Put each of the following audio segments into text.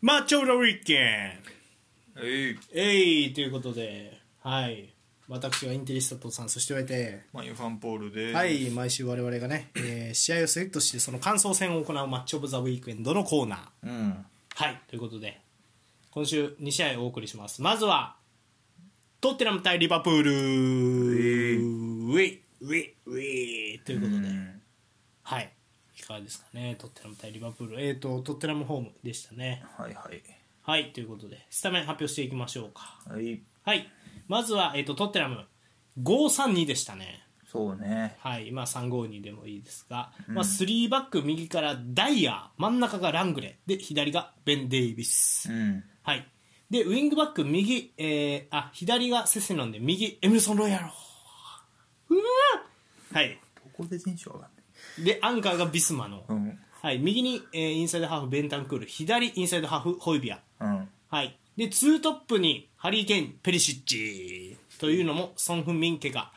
マッチョ・オブ・ザ・ウィーケえいンえいということではい私がインテリスタとさんそしておえてマインファンポールですはい毎週我々がね、えー試合をセレクトしてその感想戦を行うマッチ・オブ・ザ・ウィークエンドのコーナーうんはいということで今週2試合お送りしますまずはトッテナム対リバプールウえいィウィウィということで、うんはいいかがですかねトッテナム対リバプールえっ、とトッテナムホームでしたねはいはいはいということでスタメン発表していきましょうかはいはい、まずは、えー、とトッテナム532でしたね、そうねはいまあ、352でもいいですが、まあ、3バック右からダイヤー真ん中がラングレーで左がベン・デイビス、うんはい、でウィングバック右、えーあ左がセセなんで右エムルソン・ロイヤロうわはいどこでテンション上がんでアンカーがビスマの、ねはい、右に、えーインサイドハーフベンタンクール左インサイドハーフホイビアうんうんはい、で2トップにハリー・ケイン、ペリシッチというのもソン・フンミン怪我、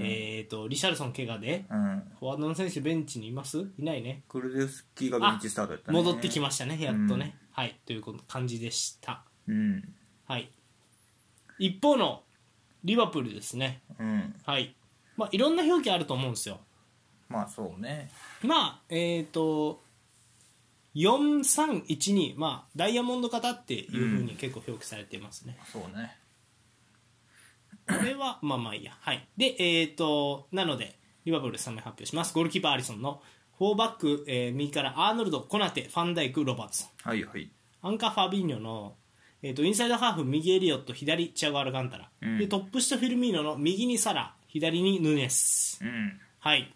えー、とリシャルソン怪我で、うんフォワードの選手ベンチにいますいないねクルデスキーがベンチスタートやったね戻ってきまましたねやっとね、はいという感じでした、うんはい、一方のリバプールですね、うんはいまあ、いろんな表記あると思うんですよまあそうねまあえっ、と4312、まあ、ダイヤモンド型っていうふうに結構表記されてますね、そうねこれは、 まあまあいいや。はい。で、えっ、と、なので、リバプールスタメン発表します。ゴールキーパーアリソンの、フォーバック、えー右からアーノルド、コナテ、ファンダイク、ロバーツソン。はいはいアンカー、ファビーニョの、えっ、と、インサイドハーフ、右エリオット、左、チアゴ・アルガンタラ。うんで、トップ下、フィルミーノの、右にサラ、左にヌネス。うんはい。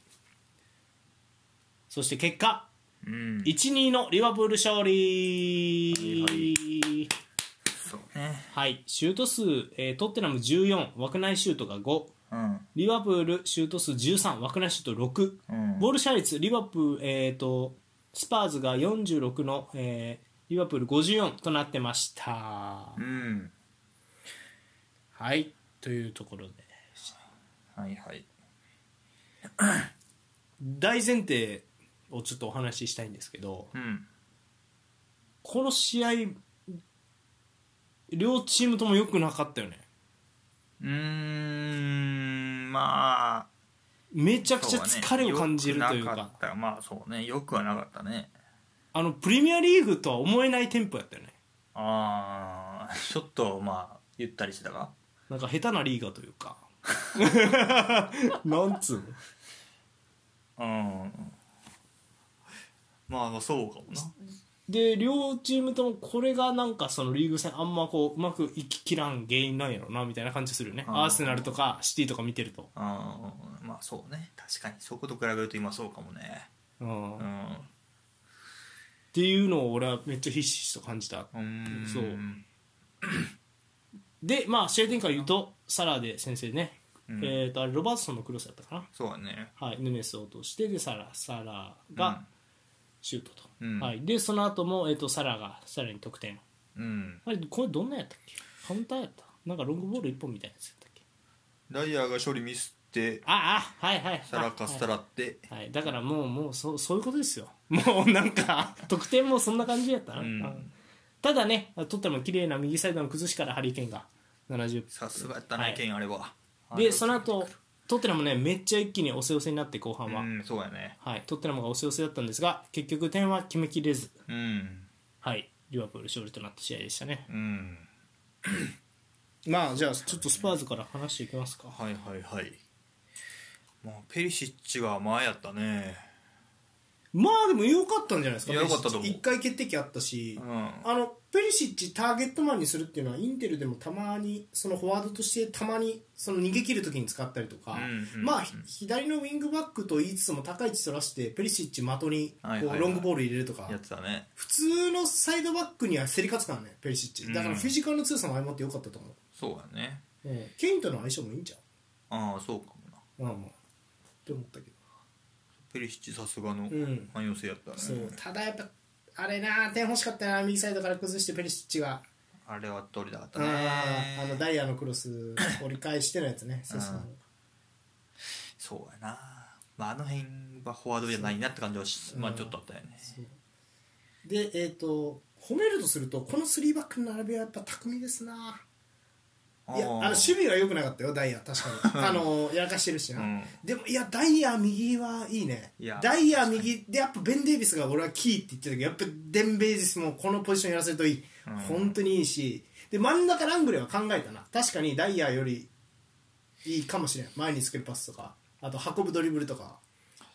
そして結果、うん1-2のリバプール勝利。はそうねはい、シュート数、えートッテナム14、枠内シュートが5、うんリバプールシュート数13、枠内シュート6、うんボールシェア率、リバプール、えー、とスパーズが46の、えーリバプール54となってました。うんはい、というところで、はいはい大前提をちょっとお話ししたいんですけど、うんこの試合、両チームとも良くなかったよね。うーんまあめちゃくちそうゃだね疲れを感じるというよくか、なかったまあそうねよくはなかったねあのプレミアリーグとは思えないテンポやったよね。ああ ちょっとまあゆったりしてたかなんか下手なリーガーというか なんつうのうんまあそうかもなで両チームともこれがなんかそのリーグ戦あんまこううまくいききらん原因なんやろなみたいな感じするよねあーアーセナルとかシティとか見てると、あーまあそうね確かにそこと比べると今そうかもねうんうっんていうのを俺はめっちゃひしひしと感じたうんそうでまあ試合展開言うとサラーで先生ね、うんえっ、とあれロバートソンのクロスだったかそうだねなはいヌネスを落としてでサラサラがシュートと、うんはい、でその後も、えー、とサラがさらに得点うんあれこれどんなやったっけカウンターやったなんかロングボール一本みたいなやつやったっけダイヤが処理ミスってああはいはいさらかさらってはい、はいだからもうもうそうそういうことですよもうなんか得点もそんな感じやったな、うんただね取ったの綺麗な右サイドの崩しからハリケーンが70さすがやったはねい意見あればでその後トッテナムねめっちゃ一気に押せ押せになって後半うは、んそうやねはい、トッテナムが押せ押せだったんですが結局点は決めきれず、うんはい、リバプール勝利となった試合でしたねうんまあじゃあちょっとスパーズから話していきますかはいはいはいまあペリシッチが前やったねまあでも良かったんじゃないですかいや良かったと思うペリシッチ一回決定機あったし、うんあのペリシッチターゲットマンにするっていうのはインテルでもたまにそのフォワードとしてたまにその逃げ切る時に使ったりとか、うんうんまあひ左のウィングバックと言いつつも高い位置そらしてペリシッチ的にはいはいこはういロングボール入れるとかやってたね普通のサイドバックには競り勝つからねペリシッチだからうんフィジカルの強さも相まって良かったと思う、そうやねうんケインとの相性もいいんじああそうかもなゃん、うん、って思ったけペリシッチさすがのどうん汎用性やったね、そうただやっぱあれな点欲しかったな右サイドから崩してペリシッチがあれは取りたかったねあーあのダイヤのクロス折り返してのやつ ねそうそうそうやな、まあ、あの辺はフォワードじゃないなって感じはし、うんまあ、ちょっとあったよねでえっ、と褒めるとするとこの3バックの並びはやっぱ巧みですな。いやあーの守備は良くなかったよダイヤ確か にあのやらかしてるしな、うんでもいやダイヤ右はいいねいやダイヤ右でやっぱベン・デイビスが俺はキーって言ってたけどやっぱデン・ベイジスもこのポジションやらせるといい、うん本当にいいしで真ん中ラングレーは考えたな確かにダイヤよりいいかもしれん前につけるパスとかあと運ぶドリブルとか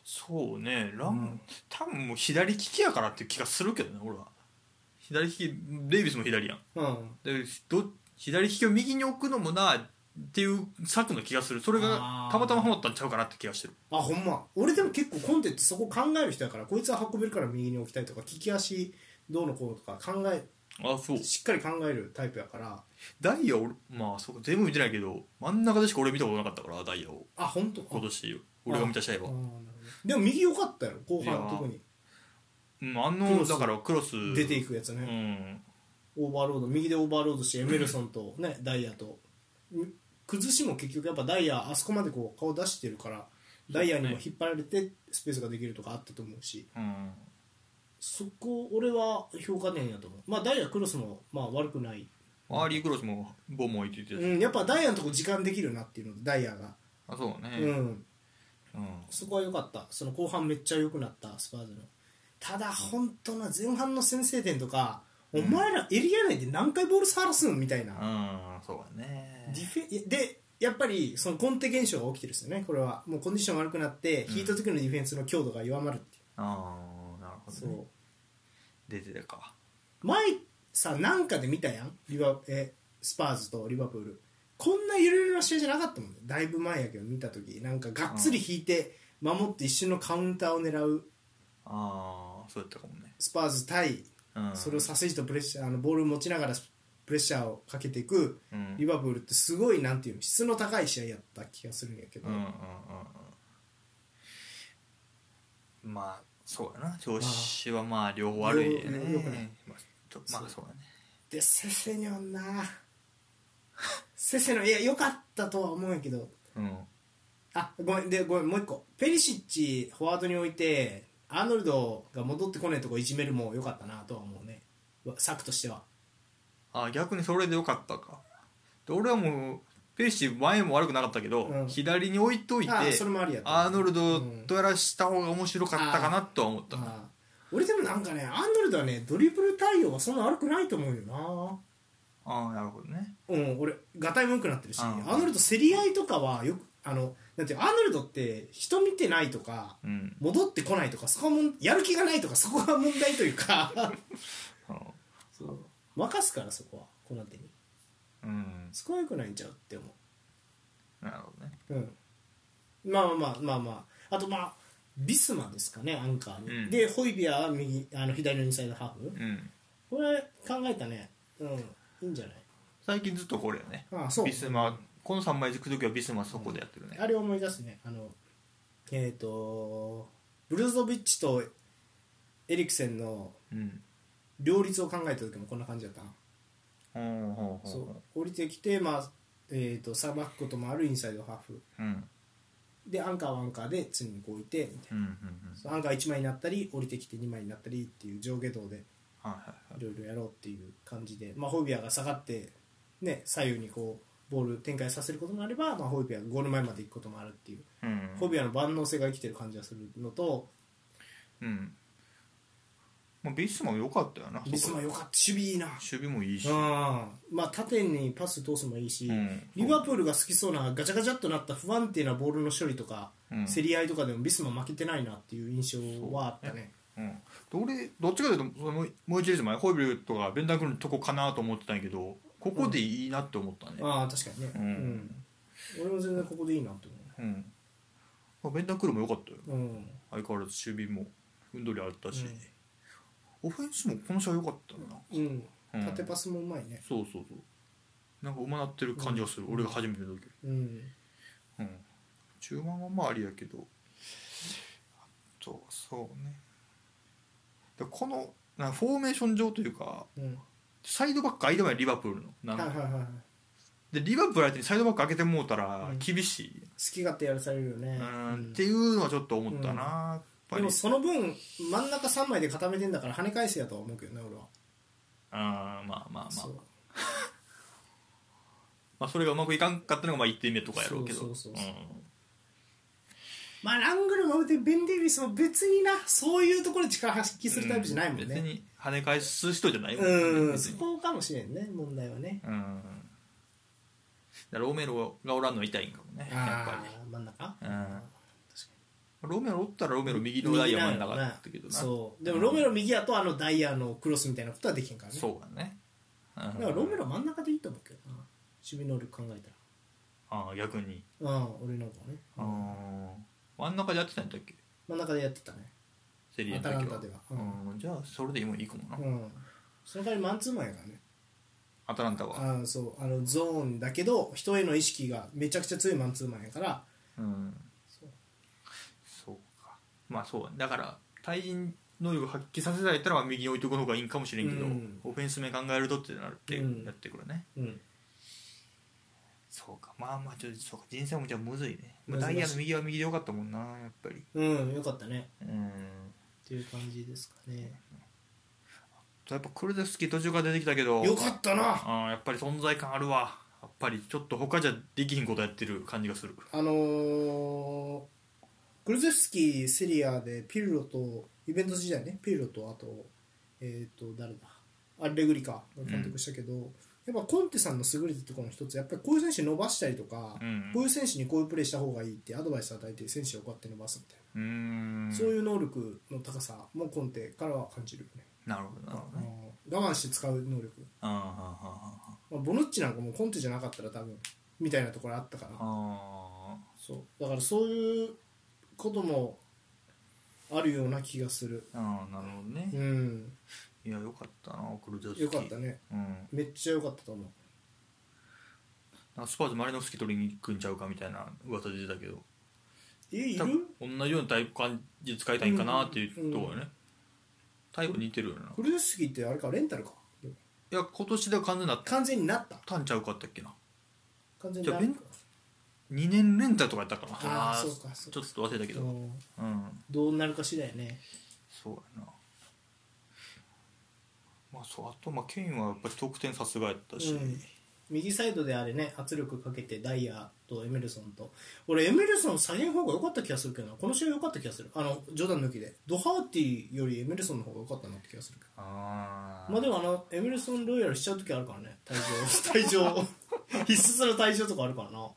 そうねラン、うん多分もう左利きやからっていう気がするけどね俺は左利きデイビスも左やんうんでど左利きを右に置くのもなっていう策の気がするそれあがーたまたまハマったんちゃうかなって気がしてるあほんま俺でも結構コンテってそこ考える人やからこいつは運べるから右に置きたいとか利き足どうのこうのとか考えあそうしっかり考えるタイプやからダイヤ俺まあそうか全部見てないけど真ん中でしか俺見たことなかったからダイヤをあ本当今年俺が見た試合あーはなるほどでも右良かったよ後いや半ー特にうんあクロのスだからクロス出ていくやつうね、んオーバーロード右でオーバーロードしてエメルソンと、ねダイヤとん崩しも結局やっぱダイヤあそこまでこう顔出してるからダイヤにも引っ張られてスペースができるとかあったと思うしうんそこ俺は評価点やと思うまあダイヤクロスもまあ悪くない、アーリークロスもボンも置いてて、うん、やっぱダイヤのとこ時間できるなっていうのでダイヤが、あそうねうん、うん、そこは良かったその後半めっちゃ良くなったスパーズのただ本当な前半の先制点とか、お前らエリア内で何回ボール触らすんみたいな、うん、そうだねディフェでやっぱりそのコンテ現象が起きてるんですよねこれはもうコンディション悪くなって、うん引いた時のディフェンスの強度が弱まるっていああなるうほど、そうね、出てたか前さなんかで見たやんリバえスパーズとリバプールこんなゆるゆるの試合じゃなかったもんねだいぶ前やけど見た時なんかがっつり引いて守って一瞬のカウンターを狙うああそうやったかもね、スパーズ対うん、それをさせじとプレッシャーあのボールを持ちながらプレッシャーをかけていくうんリバプールってすごいなんていうの質の高い試合やった気がするんやけど、うんうんうんうんまあそうやな調子はまあ両方悪いよね両方ねまあちょまあそうだねでセセニョンなセセニョンいや良かったとは思うんやけどうんあごめんでごめんもう一個ペリシッチフォワードに置いてアーノルドが戻ってこないとこいじめるも良かったなとは思うねわ策としてはあ逆にそれでよかったかで俺はもうペーシー前も悪くなかったけど、うん左に置いといてあそれもありやったアーノルドとやらした方が面白かったかなとは思った、あ俺でもなんかねアーノルドはねドリブル対応はそんな悪くないと思うよなああなるほどねうん、俺がたいも良くなってるし、うんアーノルド競り合いとかはよくあのなんていうアーノルドって人見てないとかうん、戻ってこないとかそこはもんやる気がないとかそこが問題というか そう任すからそこはこの手にうん、そこは良くないんちゃうって思なるほどねう、うん、まあまあまあまあまああとまあビスマですかねアンカーに、うんでホイビアは右あの左のインサイドハーフうんこれ考えたねうんいいんじゃない最近ずっとこれやねああそうビスマこの3枚軸時はビスマそこでやってるね、あれ思い出すねあのえっ、とブルゾビッチとエリクセンのうん両立を考えた時もこんな感じだったな、ほうほうほうそう降りてきてまあえっ、とさばくこともあるインサイドハーフうんうんでアンカーはアンカーで常にこういてみたいなうんうんそうアンカー1枚になったり降りてきて2枚になったりっていう上下動ではいはいはいいろいろやろうっていう感じで、まあ、ホイビアが下がって、ね、左右にこうボール展開させることもあれば、まあ、ホイビアがゴール前まで行くこともあるっていう、うんホイビアの万能性が生きてる感じがするのとうんまあビスマ良かったよなビスマ良かった守備いいな守備もいいしうんまあ縦にパス通すのもいいし、うんリバプールが好きそうなガチャガチャっとなった不安定なボールの処理とか、うん競り合いとかでもビスマ負けてないなっていう印象はあったねうん、で俺どっちかというとそのもう一列前ホイビルとかベンダークのとこかなと思ってたんやけどここでいいなって思ったね、ああ確かにね、うんうん俺も全然ここでいいなとうんまあ、ベンダークルも良かったよ思う、うん、相変わらず守備も運動量あったし、オフェンスもこの試合良かったな、うん、うん縦パスもうまいね、そうそうそうなんかうまなってる感じがする、俺が初めての時うん、うん中盤はまあありやけどあとはそうねでこのなフォーメーション上というかうん、サイドバック間までリバプールのなはんいかはいはいはい好でリバプール相手にサイドバック開けてもうたらうん厳しい、き勝手やらされるよねう、んうんっていうのはちょっと思ったな、やっぱでりもその分真ん中3枚で固めてんだから跳ね返せやとは思うけどね俺はあーまあまあまあそうまあ、それがうまくいかんかったのがまあ1点目とかやろうけどそうそうそうそうんまあラングルも打てベン・デイビスも別になそういうところで力発揮するタイプじゃないもん別ねに跳ね返す人じゃないもんねうん別そにこかもしれんね問題はねうんだからロメロがおらんのは痛いんかもねやっぱああ真ん中り、うん、ロメロおったらロメロ右のダイヤマンなかったけどなそうでもロメロ右やとあのダイヤのクロスみたいなことはできへんからねそうだね、うんだからロメロ真ん中でいいと思うけどな守備能力考えたらああ逆にうん俺なんかはねああ真ん中でやってたんだっけ真ん中でやってたねセリエアのタラ時ンタはではうん、じゃあそれで今いいかもな、うんその代わりマンツーマンやからねアタランタは、あーそうあのゾーンだけど人への意識がめちゃくちゃ強いマンツーマンやからうん、そうそうかまあそうだねだから対人能力発揮させられたらまあ右に置いとく方がいいんかもしれんけど、うんオフェンス面考えるとってなるってうんやってくるね、うんそうかまあまあちょっとそうか人生もじゃあむずいね、まあ、難ダしいイヤの右は右でよかったもんなやっぱりうんよかったねうんっていう感じですかねやっぱクルゼフスキー途中から出てきたけどよかったなあーやっぱり存在感あるわやっぱりちょっと他じゃできひんことやってる感じがするあのークルゼフスキーセリアでピルロとイベント時代ねピルロとあとえっ、と誰だアレグリカが監督したけど、やっぱコンテさんの優れてるところの一つやっぱりこういう選手伸ばしたりとか、うんこういう選手にこういうプレーした方がいいってアドバイス与えて選手をこうやって伸ばすみたいな、うーんそういう能力の高さもコンテからは感じるよねなるほどなるほどねあの我慢して使う能力、あーあまあ、ボヌッチなんかもうコンテじゃなかったら多分みたいなところあったからーあーあそうだからそういうこともあるような気がするーあーなるほどね、うんいや、よかったな、クルゼフスキー。よかったねうん。めっちゃ良かったと思うなんかスパーズマリノフスキ取りに行くんちゃうかみたいな噂出てたけど、えい多る分同じようなタイプ感じで使いたいんかなっていうところよね。タイプ似てるよな。フルースキーってあれかレンタルかいや、今年では完全になっ完全になったたんちゃうかったっけな。完全になっじゃあ2年連打とかやったから。あーそーうかそうちょっと忘れたけたど。うんうん。どうなるか次第ねそうやな。まあそう、あと、まあ、ケインはやっぱり得点さすがやったし。うん右サイドであれね圧力かけてダイヤとエメルソンと俺エメルソン下げん方が良かった気がするけどなこの試合良かった気がするあの冗談抜きでドハーティよりエメルソンの方が良かったなって気がするけどああ。まあでもあのエメルソンロイヤルしちゃう時あるからね退場 退場必須する退場とかあるからな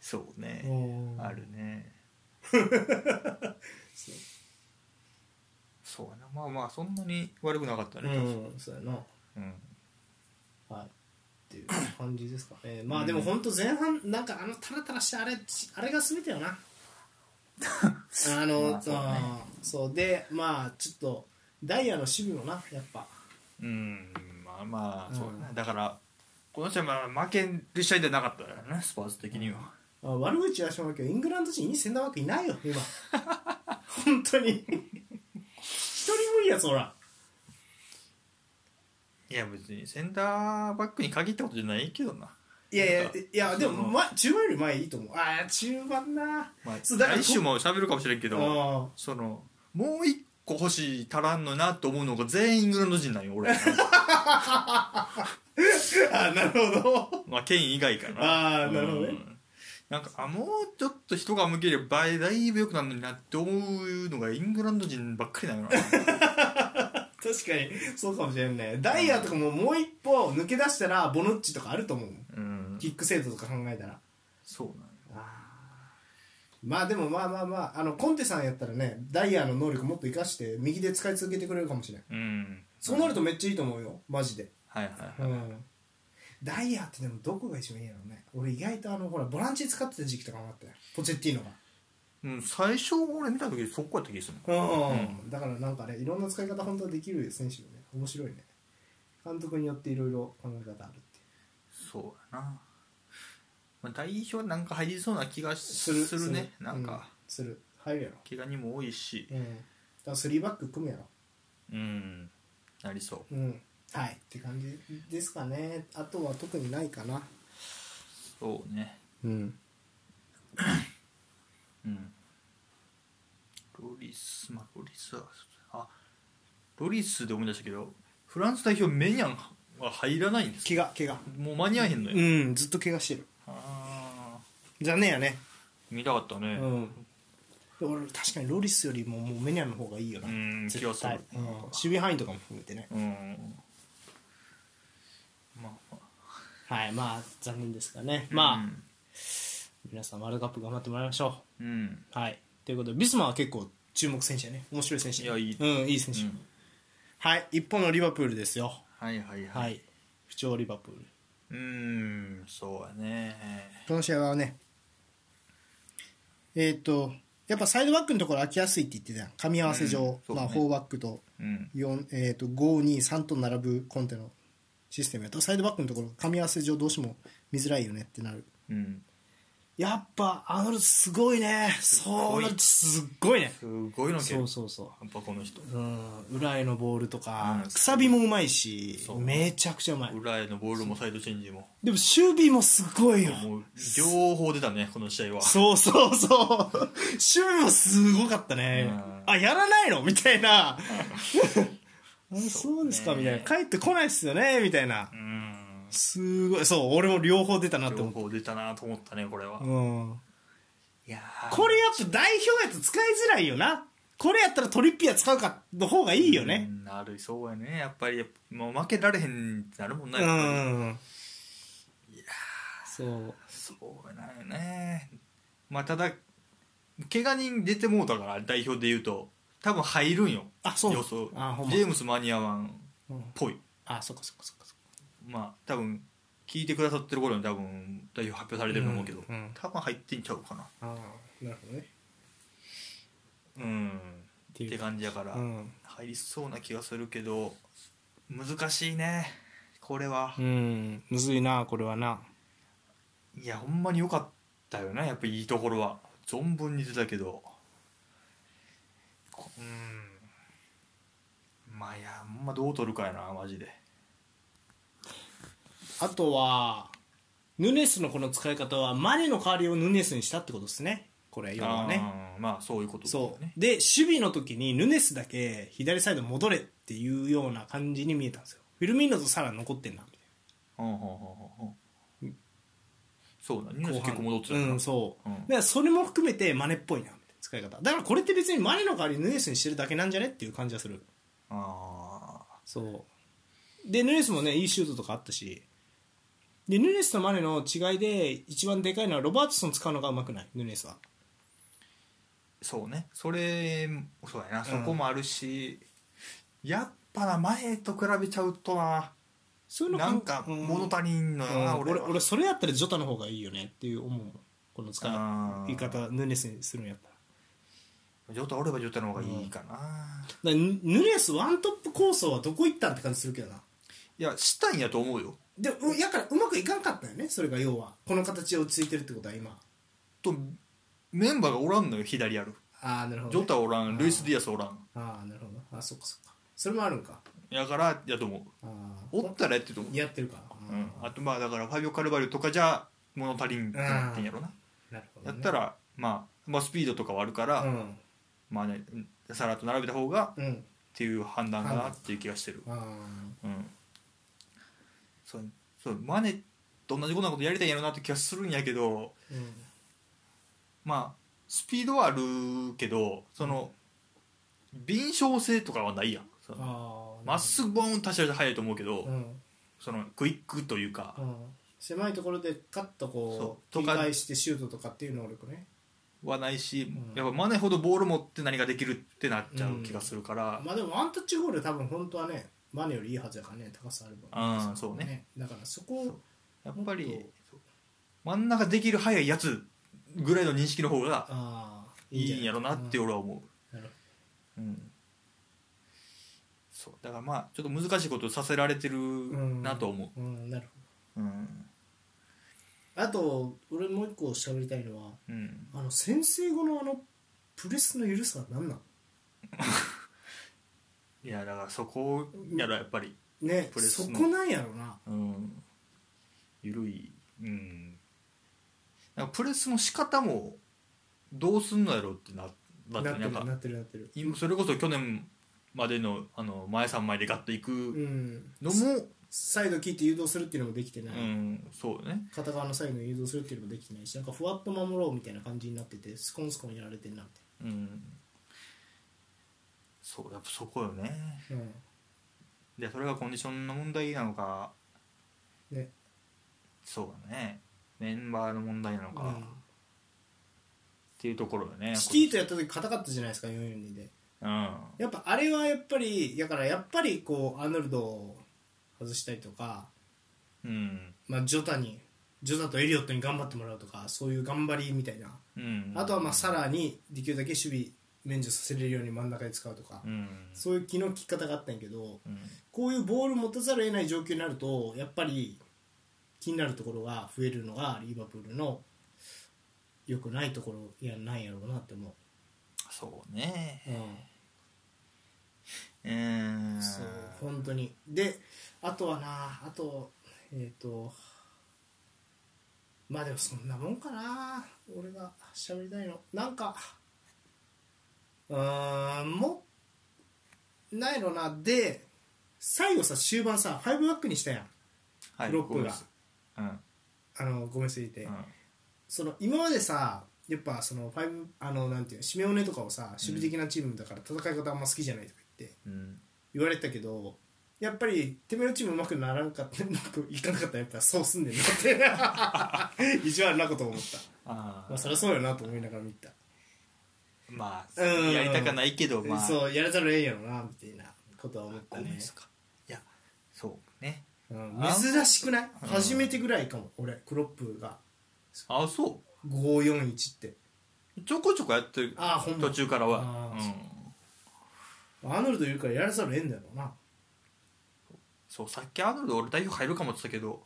そうね。うんあるね そうやなまあまあそんなに悪くなかったうね、んそうやなうんはいっていう感じですか、えーまあでも本当前半なんかあのタラタラしてあれあれが全てよ なあの、まあそうねあーそうでまあちょっとダイヤの守備もなやっぱうんまあまあそうだね、うだからこの試合はまあ負ける試合ではなかったよねスパーズ的には、あ悪口はしょうがないけどイングランド人いいセンターバックいないよ 今本当に一人無理やそらいや別にセンターバックに限ったことじゃないけどないやいなやんかいやでそのも、ま、中盤より前いいと思うああ中盤なまあそうだから来週も喋るかもしれんけあどーそのもう一個欲しい足らんのなと思うのが全員イングランド人なん よ俺あーなるほどまあケイン以外かなあーなるほどねうんなんかあもうちょっと人が向ければだいぶ良くなるのになって思うのがイングランド人ばっかりなのよな確かにそうかもしれんねダイヤとかももう一歩抜け出したらボノッチとかあると思うもんうんキック制度とか考えたらそうなのよまあでもまあまあまああのコンテさんやったらねダイヤの能力もっと生かして右で使い続けてくれるかもしれないうんそうなるとめっちゃいいと思うよマジではいはいはうい、んダイヤってでもどこが一番いいんやろうね俺意外とあのほらボランチ使ってた時期とかもあったよポチェッティーノがうん、最初俺見た時そこやった気がするうん、だからなんかねいろんな使い方本当はできる選手よね面白いね監督によっていろいろ考え方あるってそうやな、まあ、代表なんか入りそうな気がすするるねするなんか、うする入るやろ怪我にも多いしうんだから3バック組むやろうんなりそううんはいって感じですかねあとは特にないかなそうねうんうんロリスまあロリスはあロリスで思い出したけどフランス代表メニャンは入らないんですか怪我怪我もう間に合えへんのよ、うんずっと怪我してるあ残念やねー見たかったねうんで俺確かにロリスよりももうメニャンの方がいいよなうん絶気がす対るうん守備範囲とかも含めてねうん、まあはいまあ残念ですがね、ままああ皆さんワールドカップ頑張ってもらいましょうん、うんうはいということでビスマは結構注目選手やね面白い選手いやいいうん、いい選手、うんはい一方のリバプールですよはいはいはい、はい不調リバプールうーんそうやねこの試合はねえっ、とやっぱサイドバックのところ空きやすいって言ってたやん噛み合わせうん上、そうまだねあ、4バックとうん四えー、と523と並ぶコンテのシステムやとサイドバックのところ噛み合わせ上どうしても見づらいよねってなるうんやっぱあのルドすごいねそうなるとすっごいねすごいのけそやうっそうそぱこの人ううん裏へのボールとか、うんくさびもうまいしそうめちゃくちゃうまい裏へのボールもサイドチェンジもでも守備もすごいよもう両方出たねこの試合はそうそうそう守備もすごかったねうんあやらないのみたい なあそそううねですかみたいな帰ってこないっすよねみたいなうんすごいそう俺も両方出たなって両思った方出たなと思ったねこれは、うんいやこれやっぱ代表やと使いづらいよなこれやったらトリッピア使うかの方がいいいよねなるそうやねやっぱりもう負けられへんってなるもんな、うやっぱりんそうそうやなよねまあただ怪我人出てもうたから代表で言うと多分入るんよあそう予想あほんまジェームス間に合わんっうんぽいあそっかそっかそっかそっかまあ多分聞いてくださってる頃に多分代表発表されてると思うけど、うんうん多分入ってんちゃうかなあなるほどねうんってっいてう感じやから、うん入りそうな気がするけど難しいねこれはう、んむずいなこれはないやほんまに良かったよねやっぱいいところは存分に出たけどこうんまあいやほんまどう取るかやなマジであとはヌネスのこの使い方はマネの代わりをヌネスにしたってことですねこれ要はねあーまあそういうことだそようで守備の時にヌネスだけ左サイド戻れっていうような感じに見えたんですよフィルミーノとサラ残ってんなみたいなうんうんうんうんうんそうだニュース後半結構戻ってたよなうんそう、うんだからそれも含めてマネっぽいなみたいな使い方だからこれって別にマネの代わりヌネスにしてるだけなんじゃねっていう感じがするあそうでヌネスもねいいシュートとかあったしでヌネスとマネの違いで一番でかいのはロバートソン使うのがうまくないヌネスはーそうねそれそうやなうんそこもあるし、やっぱな前と比べちゃうとなそういうのなんかうん物足りんのよな、うん俺俺は俺それやったらジョタの方がいいよねっていう思うもんこの使いあー言い方ヌネスにするんやったらジョタおればジョタの方がいいかな、だからヌヌネスワントップ構想はどこ行ったんって感じするけどないやしたんやと思うよでうやからうまくいかんかったよねそれが要はこの形を落ち着いてるってことは今とメンバーがおらんのよ左やるああなるほジど、ョね、タおらんあールイス・ディアスおらんああなるほどあそっかそっかそれもあるんかやからやと思うああおったらやってると思う、やってるかあーうん、あとまあだからファビオ・カルバリョとかじゃ物足りんってなってんやろななるほど、やね、ったら、まあ、まあスピードとかはあるから、うんまあねサラと並べた方がうんっていう判断かなっていう気がしてるああうんそうそうマネと同じようなことやりたいんやろなって気がするんやけどうんまあスピードはあるけどその敏捷性とかはないやんそのああまっすぐボーン達者じゃ速いと思うけど、うんそのクイックというか、うん狭いところでカッとこうそう切りとか返してシュートとかっていう能力ねはないし、うんやっぱマネほどボール持って何ができるってなっちゃう気がするから、まあでもワンタッチゴール多分本当はねマネよりいいはずやからね高さあればあーそうねだからそこをやっぱもっりと真ん中できる速いやつぐらいの認識の方がああいいんやろなってうん俺は思なるほどう、うん、そうだからまあちょっと難しいことをさせられてるなと思うんなるほううんどあと俺もう一個喋りたいのはうんあの先制後のあのプレスの緩さは何なのいやだからそこやらやっぱりねプレスそのこなんやろなうん緩いうんなんかプレスの仕方もどうすんのやろってななってなっるてなるんかなってるなってる今それこそ去年までのあの前3枚でガッといくうん、のも、サイド切って誘導するっていうのもできてない、うん、そうね片側のサイドに誘導するっていうのもできてないしなんかふわっと守ろうみたいな感じになっててスコンスコンやられてんなみうんそうやっぱそこよねたいな、でそれがコンディションの問題なのかねそうだねメンバーの問題なのか、うっんていうところだねシティとやった時硬かったじゃないですか442でうんやっぱあれはやっぱりだからやっぱりこうアーノルドを外したりとか、うんまあ、ジョタにジョタとエリオットに頑張ってもらうとかそういう頑張りみたいなうんあとはまあサラにできるだけ守備免除させれるように真ん中で使うとか、うんそういう気の利き方があったんやけどうんこういうボール持たざるを得ない状況になるとやっぱり気になるところが増えるのがリバプールの良くないところいやないやろうなって思そうねう、うん、うんそう本当にであとはなあとえっ、とまあでもそんなもんかな俺が喋りたいのなんかうーんもうないのなで最後さ終盤さ5バックにしたやんはいブロックがゴールですうんあのごめんすぎて、うんその今までさやっぱその5あのなんていうのシメオネとかをさ守備的なチームだから戦い方あんま好きじゃないとか言って、うん言われたけどやっぱりてめえのチームうまくならんかったうまくいかなかったらやっぱそうすんねんなって 意地悪なことを思ったあまあそりゃそうよなと思いながら見た、ーまあうんやりたくはないけどまあそうやれざるをえんやろなみたいなことは思ったごめんねっ、すかいやそうねうん珍しくない初めてぐらいかも俺クロップがあそ541ってうちょこちょこやってるあーほんま途中からはあうーんアーノルドいるからやれざるをえんだろうなそうさっきアーノルド俺代表入るかもって言ったけど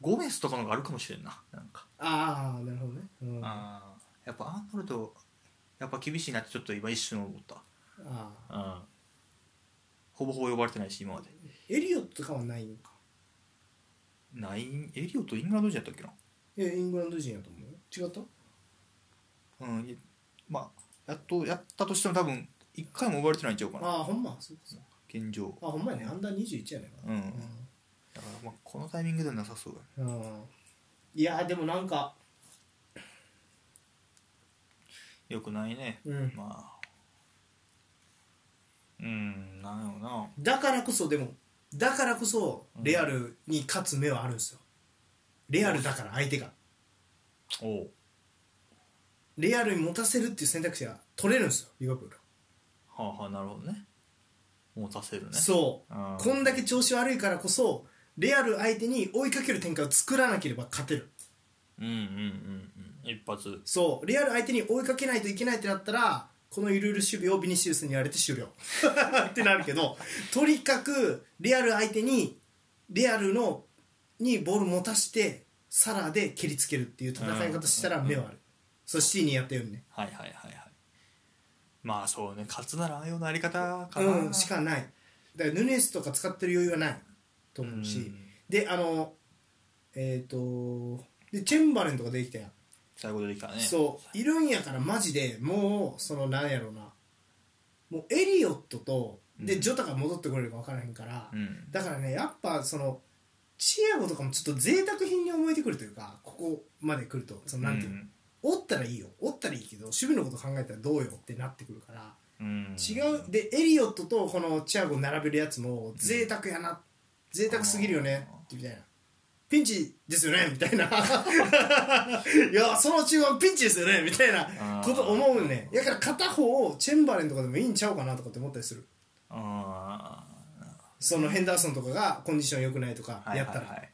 ゴメスとかのがあるかもしれんななんか、ああなるほどね、うん、ああーやっぱアーノルドやっぱ厳しいなってちょっと今一瞬思った、あうん、ほぼほぼ呼ばれてないし今までエリオットとかはないのかないエリオとイングランド人やったっけなえイングランド人やと思うよ違ったうんいまあやっとやったとしても多分一回も呼ばれてないんちゃうかなああほんまそうかそうか現状あほんまやねアンダー21やねんかうん、な、だからまあこのタイミングではなさそうだねうんいやでもなんか、よくないねうんまあうんなんやろなだからこそでもだからこそうんレアルに勝つ目はあるんですよレアルだから相手がおうレアルに持たせるっていう選択肢が取れるんですよリバプールは、はあはあなるほどね持たせるねそうう、んこんだけ調子悪いからこそレアル相手に追いかける展開を作らなければ勝てるうんうんうんうん一発そうレアル相手に追いかけないといけないってなったらこのゆるゆる守備をビニシウスにやられて終了 ってなるけどとにかくレアル相手にレアルのにボール持たしてサラで蹴りつけるっていう戦い方したら目はある、そうシティにやったようにねはいはいはいはいまあそうね勝つならああいうようなやり方かなうんしかないだからヌネスとか使ってる余裕はないと思うし、うんであのえっ、とでチェンバレンとかできたやん最後でできたねそういるんやからマジでもうそのなんやろうなもうエリオットとで、うんジョタが戻ってこれるか分からへんから、うんだからねやっぱそのチアゴとかもちょっと贅沢品に思えてくるというかここまで来るとそのなんていうの、おったらいいよおったらいいけど守備のこと考えたらどうよってなってくるから、うん違うでエリオットとこのチアゴ並べるやつも贅沢やな、贅沢すぎるよねみたいなピンチですよねみたいないやその中盤ピンチですよねみたいなこと思うねだから片方チェンバレンとかでもいいんちゃうかなとかって思ったりするあそのヘンダーソンとかがコンディション良くないとかあやったら、はいはい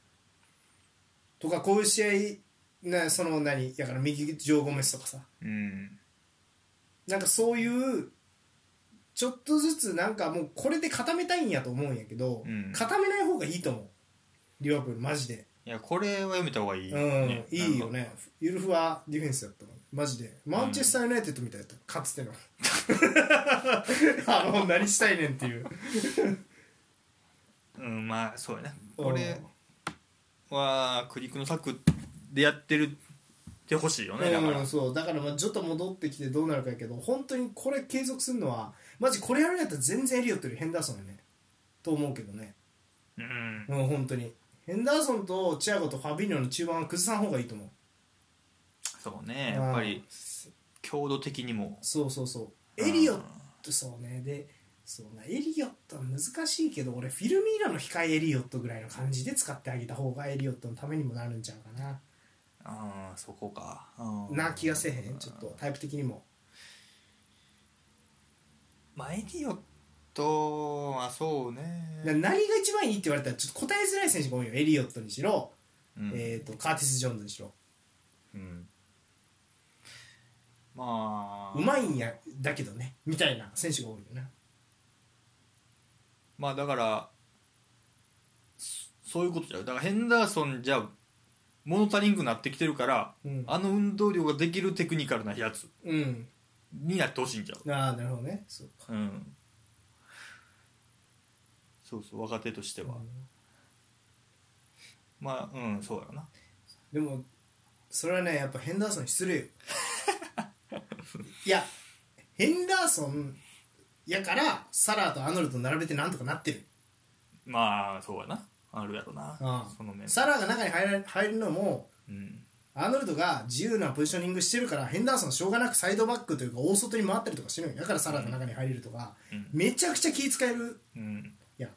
とかこういう試合なその何だから右ジョー・ゴメスとかさうんなんかそういうちょっとずつなんかもうこれで固めたいんやと思うんやけど、うん固めない方がいいと思うリバプールマジでいやこれはやめた方がいい、うん、ねいいよねゆるふわディフェンスだったもんマジでマンチェスター・ユナイテッドみたいだったかつて のあの何したいねんっていううんまあそうやねうんこれは苦肉の策でやってるてほしいよね、だからうん、そうだからまあちょっと戻ってきてどうなるかやけど本当にこれ継続するのはマジこれやるんやったら全然エリオットよりヘンダーソンやねと思うけどねうんうん本当にヘンダーソンとチアゴとファビーニョの中盤は崩さん方がいいと思うそうねやっぱうりん強度的にもそうそうそうエリオうッんトそうねでそうなエリオットは難しいけど俺フィルミーラの控えエリオットぐらいの感じで使ってあげた方がエリオットのためにもなるんちゃうかなうんそこかうんな気がせえへんちょっとタイプ的にもまあエディオットはそうねな何が一番いいって言われたらちょっと答えづらい選手が多いよエリオットにしろ、うんえー、とカーティス・ジョーンズにしろうんまあうまいんやだけどねみたいな選手が多いよなまあだからそそういうことじゃだからヘンダーソンじゃ物足りんくなってきてるからうんあの運動量ができるテクニカルなやつうんになってほしいんちゃうああなるほどねそうかうんそうそう若手としては、まあうんそうやろなでもそれはねやっぱヘンダーソン失礼よいやヘンダーソンやからサラーとアーノルド並べてなんとかなってるまあそうやなあるやろなうんその面サラーが中に入ら入るのもうんアーノルドが自由なポジショニングしてるからヘンダーソンしょうがなくサイドバックというか大外に回ったりとかしてるんよだからサラーが中に入れるとか、うんめちゃくちゃ気使えるうんやん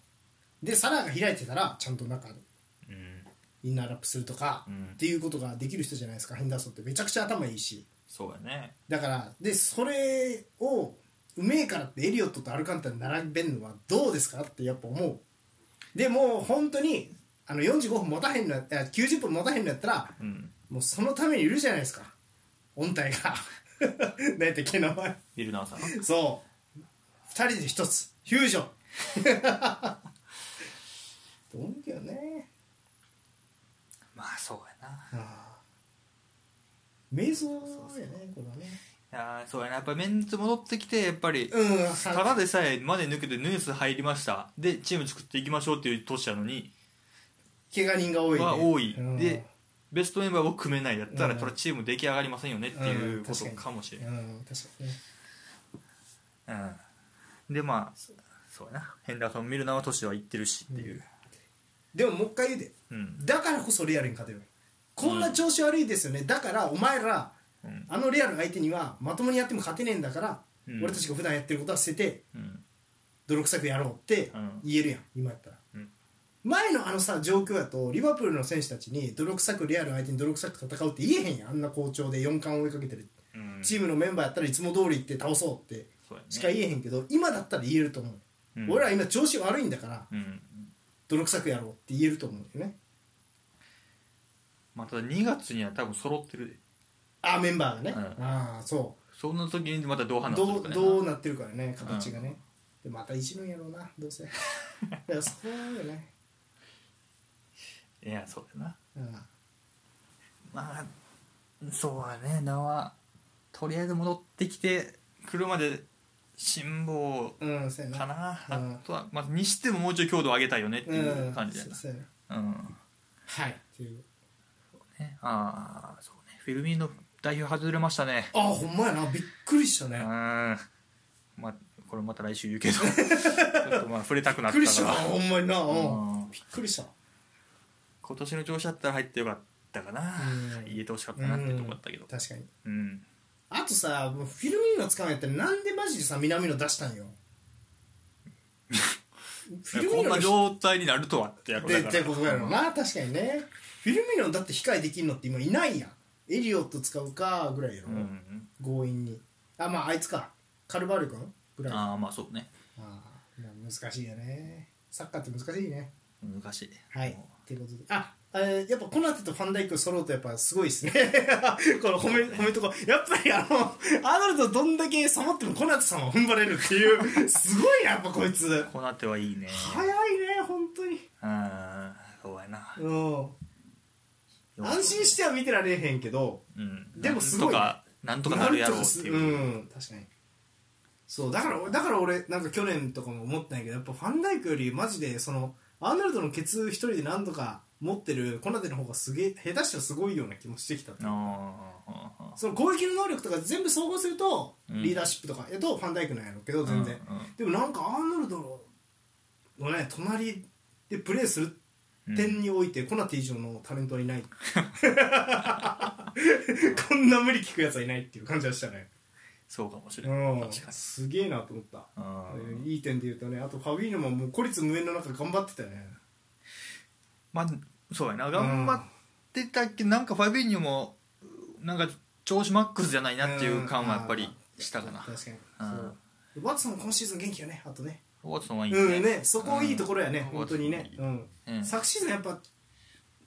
でサラーが開いてたらちゃんと中うんインナーラップするとか、うんっていうことができる人じゃないですかヘンダーソンってめちゃくちゃ頭いいしそうやねだからでそれをうめえからってエリオットとアルカンタラ並べるのはどうですかってやっぱ思うでもう本当にあの45分持たへんのやったら90分持たへんのやったらうんもうそのためにいるじゃないですか音体が 何やったっけ名前ビルナーさんそう2人で1つフュージョンと思うけどねまあそうやなああ瞑想やねこれはねいやーそうやなやっぱメンツ戻ってきてやっぱり、うんただでさえまで抜けてヌース入りましたでチーム作っていきましょうっていう年やのに怪我人が多いね、は多い、うんでベストメンバーを組めないやったら、うんそれはチーム出来上がりませんよねっていんうこと確かもしれにない、うん確かにねうんでまあそうやなヘンダーソン・ミルナーは年は行ってるしっていう、でももう一回言うでうんだからこそレアルに勝てるこんな調子悪いですよねだからお前らうんあのレアル相手にはまともにやっても勝てねえんだから、うん俺たちが普段やってることは捨ててうん泥臭くやろうってうん言えるやん今やったら、うん前のあのさ状況やとリバプールの選手たちに泥臭くレアル相手に泥臭く戦うって言えへんやんあんな好調で4冠追いかけてるうんチームのメンバーやったらいつも通り行って倒そうってそうやねしか言えへんけど今だったら言えると思う、うん俺ら今調子悪いんだからうん泥臭くやろうって言えると思うんだよねまあ、ただ2月には多分揃ってるであメンバーがね、うんああそそんな時にまたどうう話すどるうかねどうなってるからね形がね、でまた一のやろうなどう せだからそうよねいやそうやなうんまあそうだね名はとりあえず戻ってきて来るまで辛抱うんそうやなかな、うんあとは、まあ、にしてももうちょい強度を上げたいよねってういうん感じだそなそうやなうん、はいっていうね、ああそうねフィルミーノ代表外れましたねああほんまやなびっくりしたねうびっんまあこれまた来週言う けどちょっとまあ触れたくなっくたりしたなほんまにな、うん、うんびっくりした今年の調子だったら入ってよかったかな、うん言えてほしかったなっていうとこだったけど確かにうんあとさもうフィルミーノ使うんやったらなんでマジでさ南野出した んよフィルミこーんノなの状態になるとはってやろでだっかてらことやろうな確かにねフィルミーノだって控えできるのって今いないやんエリオット使うかぐらいやろ、うん強引にあまああいつかカルバル君ぐらいあああまあそうねあまあ難しいよねサッカーって難しいね難しいはいっていうことであえーやっぱコナテとファンダイク揃うとやっぱすごいですね この褒め褒めとこやっぱりあのアーノルドどんだけサボってもコナテさんは踏ん張れるっていうすごいなやっぱこいつこうなってはいいね早いね本当にうんそうやなうん安心しては見てられへんけどうんでもすごいなんとかなんとかなるやろうなんってとかすいううん確かにそうだからだから俺なんか去年とかも思ってないけどやっぱファンダイクよりマジでそのアーノルドのケツ一人で何とか持ってるコナテの方がすげえ下手したらすごいような気もしてきたっていうああその攻撃の能力とか全部総合すると、うんリーダーシップとかやとファンダイクなんやろうけど全然、でもなんかアーノルドのね隣でプレーする点において、コナテ以上のタレントはい ないこんな無理聞くやつはいないっていう感じはしたねそうかもしれうないん確かにすげえなと思った、あーえーいい点で言うとねあとファビーノももう孤立無援の中頑張ってたよねまあそうやな頑張ってたっけなんかファイビーニョもなんか調子マックスじゃないなっていう感はやっぱりしたかな確かにうんそうワッツも今シーズン元気よねあとねワトソンはいいうんねそこいいところやねうん本当にねワトソうンんいいうん昨シーズンやっぱ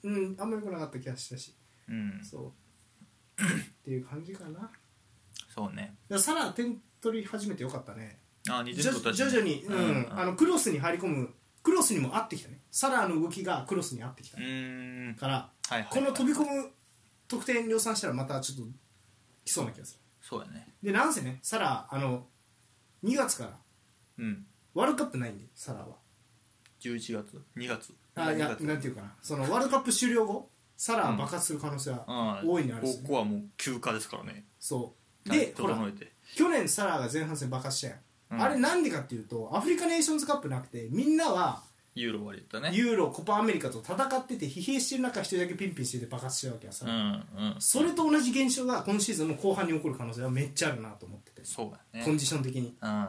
うんあんまり良くなかった気がしたしうんそうっていう感じかなそうねでサラ点取り始めてよかったねああ徐々徐々に、うんあののクロスに入り込むクロスにも合ってきたねサラの動きがクロスに合ってきた、うーんからはいはいこの飛び込む得点量産したらまたちょっと来そうな気がすそうやねるでなんせねサラあの2月からうんワールドカップないんでサラは11月2月あいやなんていうかなそのワールドカップ終了後サラは爆発する可能性は大いにあるし、ここはもう休暇ですからねそうでほら整えて去年サラが前半戦爆発したやん、うんあれなんでかっていうとアフリカネーションズカップなくてみんなはユーロ割れたねユーロコパアメリカと戦ってて疲弊してる中一人だけピンピンしてて爆発しちゃうわけやさ、うんうんそれと同じ現象が今シーズンの後半に起こる可能性はめっちゃあるなと思ってて、そうやねコンディション的にうんうんうんうん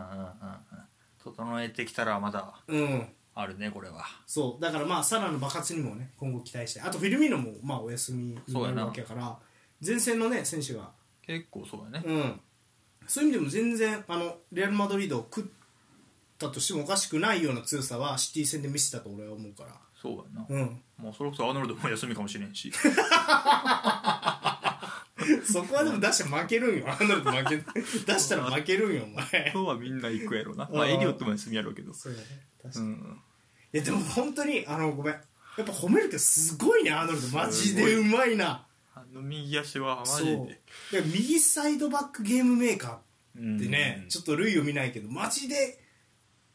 整えてきたらまだうんあるねこれはそうだからまあサラの爆発にもね今後期待してあとフィルミーノもまあお休みになるわけやから前線のね選手が結構そうやねうん、そういう意味でも全然あのレアル・マドリードを食ったとしてもおかしくないような強さはシティ戦で見せたと俺は思うから、そうやなうん、 もうそれこそアーノルドも休みかもしれんしそこはでも出したら負けるんよアーノルド負 け出したら負けるんよお前今日 はみんな行くやろうなまあエリオットも休みやろうけどそうやね確かうに、いんやでも本当にあのごめんやっぱ褒めるけどすごいねアーノルドマジでうまいなあの右足はマそジうでだから右サイドバックゲームメーカーうんってね、ちょっと類を見ないけどマジで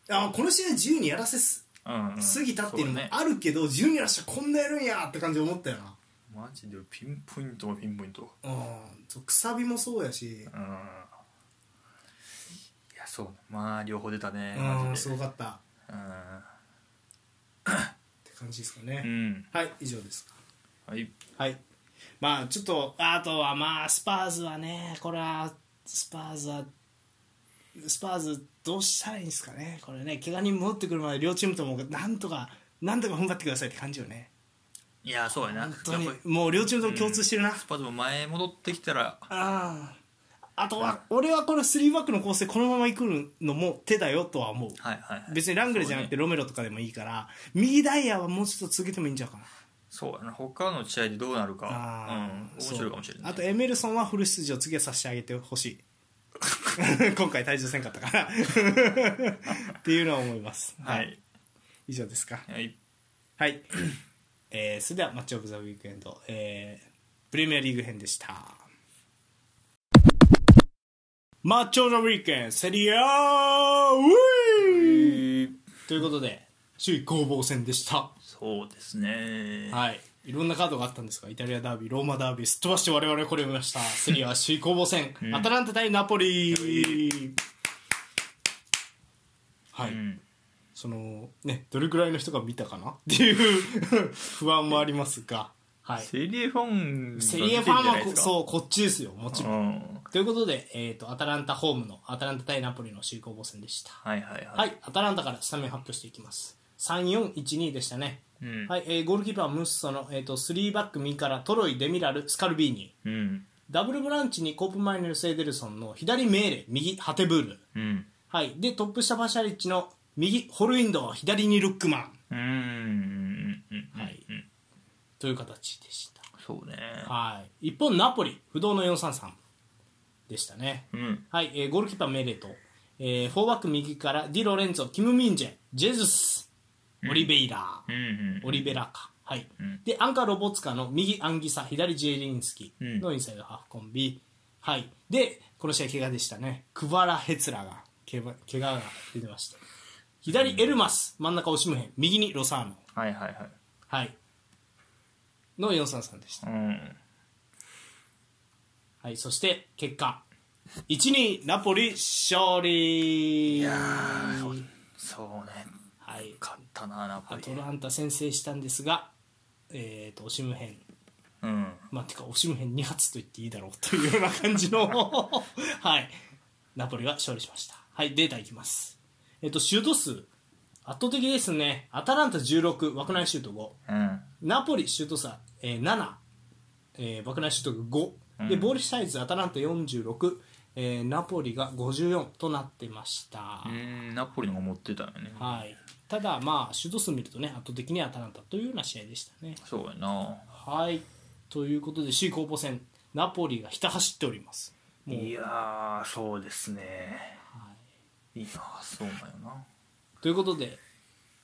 あこの試合自由にやらせすうんうん過ぎたっていうのもそねあるけど、自由にやらしたらこんなやるんやって感じ思ったよなマジでピンポイントはピンポイントうんそうくさびもそうやしうんいやそうまあ両方出たねうんマジすでごかったっうんて感じですかうね、んはい以上ですはいはいまあちょっとあとはまあスパーズはねこれはスパーズはスパーズどうしたらいいんですかねこれね怪我人戻ってくるまで両チームともなんとかなんとか踏ん張ってくださいって感じよねいやそうやな本当にやっぱりもう両チームとも共通してるな、スパズも前戻ってきたらあああとは俺はこの3バックの構成このままいくのも手だよとは思うはいはいはい別にラングレーじゃなくてロメロとかでもいいから、右ダイヤはもうちょっと続けてもいいんちゃうかなそうやな他の試合でどうなるかうあん面ーそう白いかもしれないあとエメルソンはフル出場次はさせてあげてほしい 今回体重せんかったから っていうのは思いますはい以上ですかはいはい、えーそれではマッチオブザウィークエンド、えープレミアリーグ編でしたマッチオブザウィークエンドセリアウィーということで首位攻防戦でしたそうですねはい、いろんなカードがあったんですがイタリアダービーローマダービーすっ飛ばして我々これを見ま したセリア首位攻防戦、アタランタ対ナポリはい、うんそのねどれくらいの人が見たかな っていう不安もありますが、はい、セリエファンがセリアファンは見てんじゃないでこすかそうこっちですよもちろん、うんということで、えー、とアタランタホームのアタランタ対ナポリの首位攻防戦でしたはいはいははいい、アタランタからスタメン発表していきます。3412でしたね。うんはい、えーゴールキーパームッソの、えー、と3バック右からトロイ、デミラル、スカルビーニうんダブルブランチにコープマイネル、セーデルソンの左メーレ、右ハテブール、うんはい、でトップ下パシャリッチの右ホルインド、左にルックマンうんうんうんはいという形でした。そうねはい、一方、ナポリ不動の433でしたね。うんはい、えーゴールキーパーメーレと、えー、4バック右からディ・ロレンツォ、キム・ミンジェ、ジェズス、オリベイラー。うんうんオリベラか、はいんでアンカーロボツカの右アンギサ左ジェリンスキうんのインサイドハーフコンビ、はい、でこの試合怪我でしたねクバラ・ヘツラが怪我怪我が出てまして左エルマス真ん中オシムヘン右にロサーノはいはいはいはいの433でしたうんはい、そして結果1 2ナポリ勝利いやーそうねはい、勝ったなナポアリトランタ先制したんですが、えー、とオシムヘンうんまあてかオシムヘン2発と言っていいだろうというような感じの はいナポリが勝利しましたはいデータいきますえっ、とシュート数圧倒的ですねアタランタ16枠内シュート5うんナポリシュート差、えー、7、えー、バクナイシュートが5、でうんボールサイズアタランタ46、えー、ナポリが54となってました、うんナポリの方が持ってたよねはい、ただまあシュート数見るとね圧倒的にアタランタというような試合でしたねそうやなはいということで C コーポ戦ナポリがひた走っておりますもういやーそうですねはいいやーそうだよなということで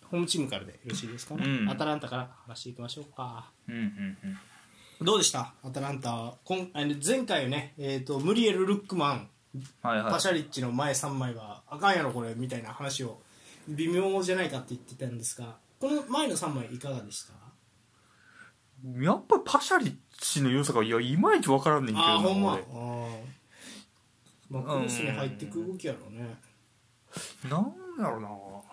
ホームチームからでよろしいですかね、うんアタランタから話していきましょうかうんうんうんどうでしたアタランタは今あの前回ね、えー、とムリエル・ルックマンはいはいパシャリッチの前3枚はあかんやろこれみたいな話を微妙じゃないかって言ってたんですがこの前の3枚いかがでしたやっぱりパシャリッチの良さがいやいまいち分からんねんけどああほんまあ俺ーまあクロスに入っていく動きやろうねなんだろ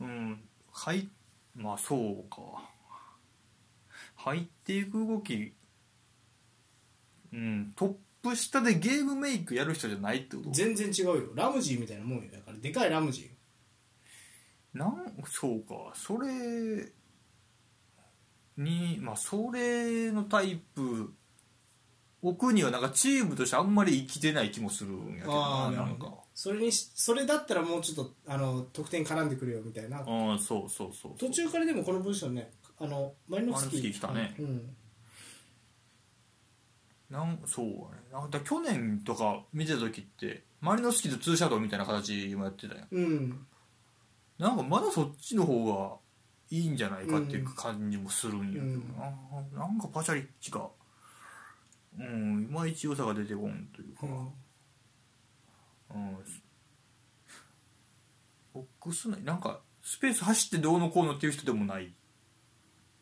うなうんはいまあそうか入っていく動きうんトップ下でゲームメイクやる人じゃないってこと全然違うよラムジーみたいなもんよだからでかいラムジなんそうかそれにまあそれのタイプ奥にはなんかチームとしてあんまり生きてない気もするんやけーどなななるんほどかねそれにしそれだったらもうちょっとあの得点絡んでくるよみたいなうんそうそうそう途中からでもこのポジションねあのマリノフスキマリーノフスキー来たねうん、なんそうやねなんか去年とか見てた時ってマリノスキーとツーシャドウみたいな形もやってたやんうん、なんかまだそっちの方がいいんじゃないかっていう感じもするんやけどな、なんかパシャリッチがうんいまいち良さが出てこんというか、うんボックス内なんかスペース走ってどうのこうのっていう人でもない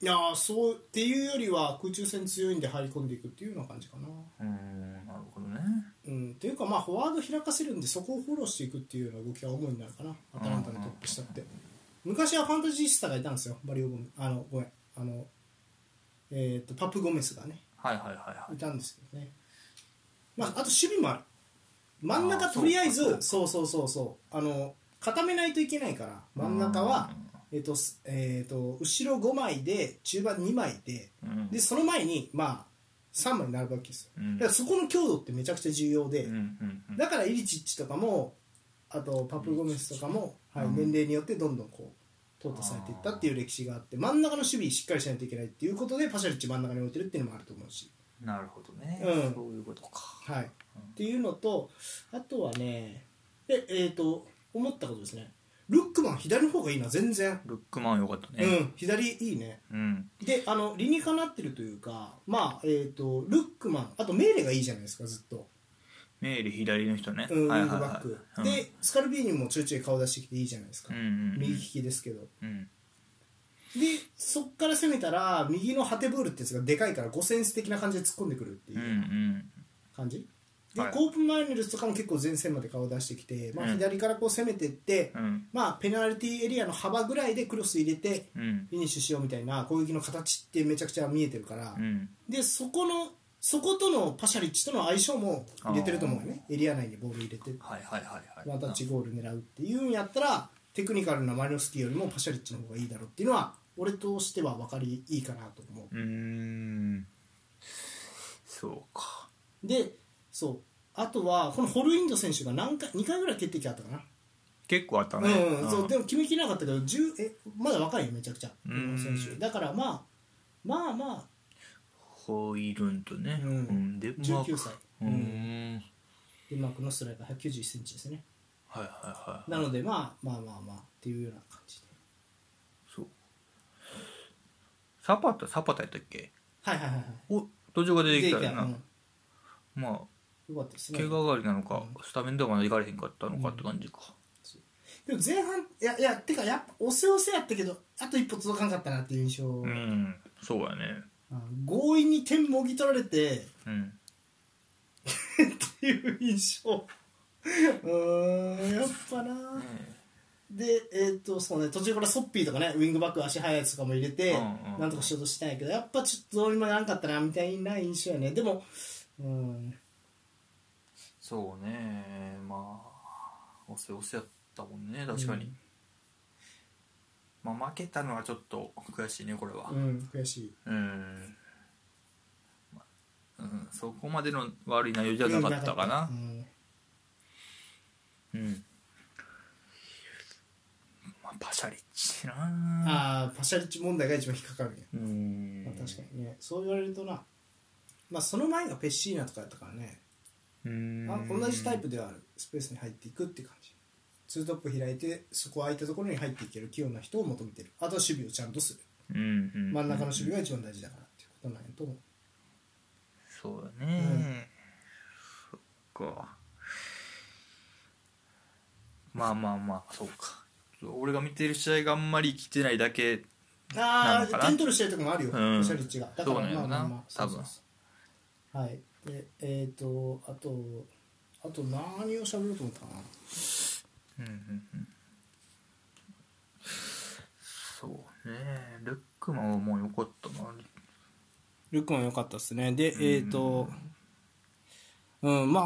いやーそうっていうよりは空中戦強いんで入り込んでいくっていうような感じかなうんなるほどねうん、というかまあフォワード開かせるんでそこをフォローしていくっていうような動きが主になるかなアタランタのトップ下って昔はファンタジースタがいたんですよマリオゴメあのごめんあのえっ、とパプ・ゴメスがねはいはいはいはいいたんですけどねまああと守備もある真ん中とりあえあーそうずかそうそうそうそうあの固めないといけないから真ん中はえっ、と,す、えー、と後ろ5枚で中盤2枚でうんでその前にまあ3枚並ぶわけですようんだからそこの強度ってめちゃくちゃ重要で、うんうんうんだからイリチッチとかもあとパプ・ゴメスとかも、はいうん年齢によってどんどんこう淘汰されていったっていう歴史があって真ん中の守備しっかりしないといけないっていうことでパシャリッチ真ん中に置いてるっていうのもあると思うし、なるほどね、うんそういうことかはい、っていうのとあとはねでえっ、と思ったことですねルックマン左の方がいいな全然、ルックマン良かったうねん左いいねうんであの理にかなってるというかまあえっ、とルックマンあとメーレがいいじゃないですかずっとメール左の人ねうんウィングはいバはいはいック、うんでスカルビーニもちょいちょい顔出してきていいじゃないですか、うんうん右利きですけどうんでそっから攻めたら右のハテブールってやつがでかいから5センス的な感じで突っ込んでくるっていうんううん感じ、ではいコープマイネルスとかも結構前線まで顔出してきて、まあ、うん左からこう攻めてって、うんまあ、ペナルティーエリアの幅ぐらいでクロス入れてうんフィニッシュしようみたいな攻撃の形ってめちゃくちゃ見えてるから、うんでそこのそことのパシャリッチとの相性も入れてると思うよねエリア内にボール入れてはいはいはいはいワンタッチゴール狙うっていうんやったらテクニカルなマリノフスキーよりもパシャリッチの方がいいだろうっていうのは俺としては分かりいいかなと思うーんそうかうでそうあとはこのホルインド選手が何回2回ぐらい決定機あったかな、結構あったうねん、そうでもも決めきれなかったけど10えまだ若いよめちゃくちゃうこんの選手だからまあまあまホイルンとねうんデンあマーク19歳うーんデンマークのストライカー1 9 1センチですねはいはいはいなのでまあまあまあまあっていうような感じでそうサパタサパタやったっけはいはいはいはいお途中が出てきたようなんまあよかったですね怪我上がりなのかうスタメンではまだいかれへんかったのかって感じかでも前半いやいやてかやっぱ押せ押せやったけどあと一歩届かなかったなっていう印象、うんそうやねうん強引に点もぎ取られてうんっていう印象 うーんやっぱなでえっ、とそうね途中からソッピーとかねウィングバック足速いやつとかも入れて、うんうんなんとかしようとしたんやけどやっぱちょっとどうにもならんかったなみたいな印象やねでもうんそうねまあおせおせやったもんね確かに、まあ負けたのはちょっと悔しいねこれはうん悔しいうん、まあうん、そこまでの悪い内容じゃなかったかなうんうんまあパシャリッチなああパシャリッチ問題が一番引っかかるね、うんまあ、確かにねそう言われるとなまあその前がペッシーナとかやったからね、うんあ同じタイプではあるスペースに入っていくって感じツートップ開いてそこ空いたところに入っていける器用な人を求めてるあとは守備をちゃんとするうんうん真ん中の守備が一番大事だからっていうことなんやと思うそうだね、そっかまあまあまあそうか俺が見てる試合があんまり来てないだけなあのかあな点取る試合とかもあるよ、うんパシャリッチがだからそうなんやまろあなまあまあ多分そうそうそうはいでえっ、とあとあと何を喋ろうと思ったかなうんうんうんそうねルックマンはもうよかったなルックマン良かったですね。で、えっ、と、うん、ま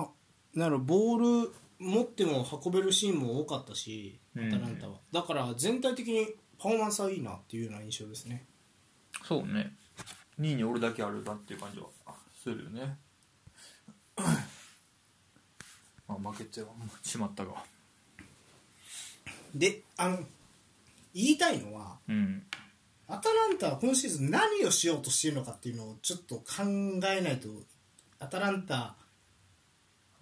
あ、なるボール持っても運べるシーンも多かったし、アうんタランタは。だから、全体的にパフォーマンスはいいなっていうような印象ですね。そうね2位に俺だけあるなっていう感じはするよ ねまあ負けてはしまったがであの言いたいのはうんアタランタは今シーズン何をしようとしているのかっていうのをちょっと考えないとアタランタ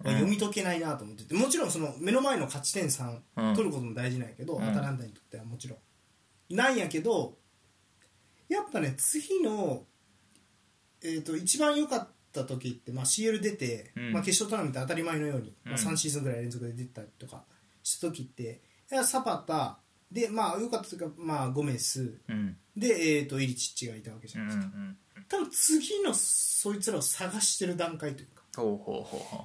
が読み解けないなと思ってて、もちろんその目の前の勝ち点3、うん取ることも大事なんやけど、うんアタランタにとってはもちろんなんやけどやっぱね次の、えー、と一番良かった時って、まあ、CL 出て、うんまあ、決勝トーナメント当たり前のように、まうあ、ん3シーズンぐらい連続で出たりとかした時っていやサパタでまあ良かった時は、まあ、ゴメスうんで、えー、とイリチッチがいたわけじうゃんなういんうですか、ん多分次のそいつらを探してる段階というかほうほうほうほう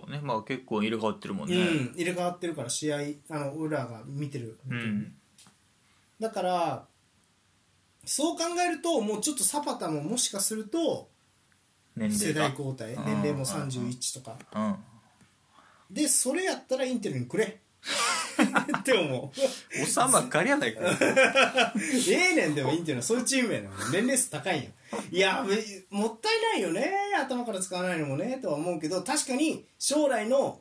そうねまあ結構入れ替わってるもんうねん、入れ替わってるから試合あの俺らが見てる、うんだからそう考えるともうちょっとサパタももしかすると年世代齢が交代うん年齢もうん31とかうんでそれやったらインテルにくれ って思うおさまかりやないかええねんでもインテルはそういうチームやな年齢数高いんやいやべもったいないよね頭から使わないのもねとは思うけど確かに将来の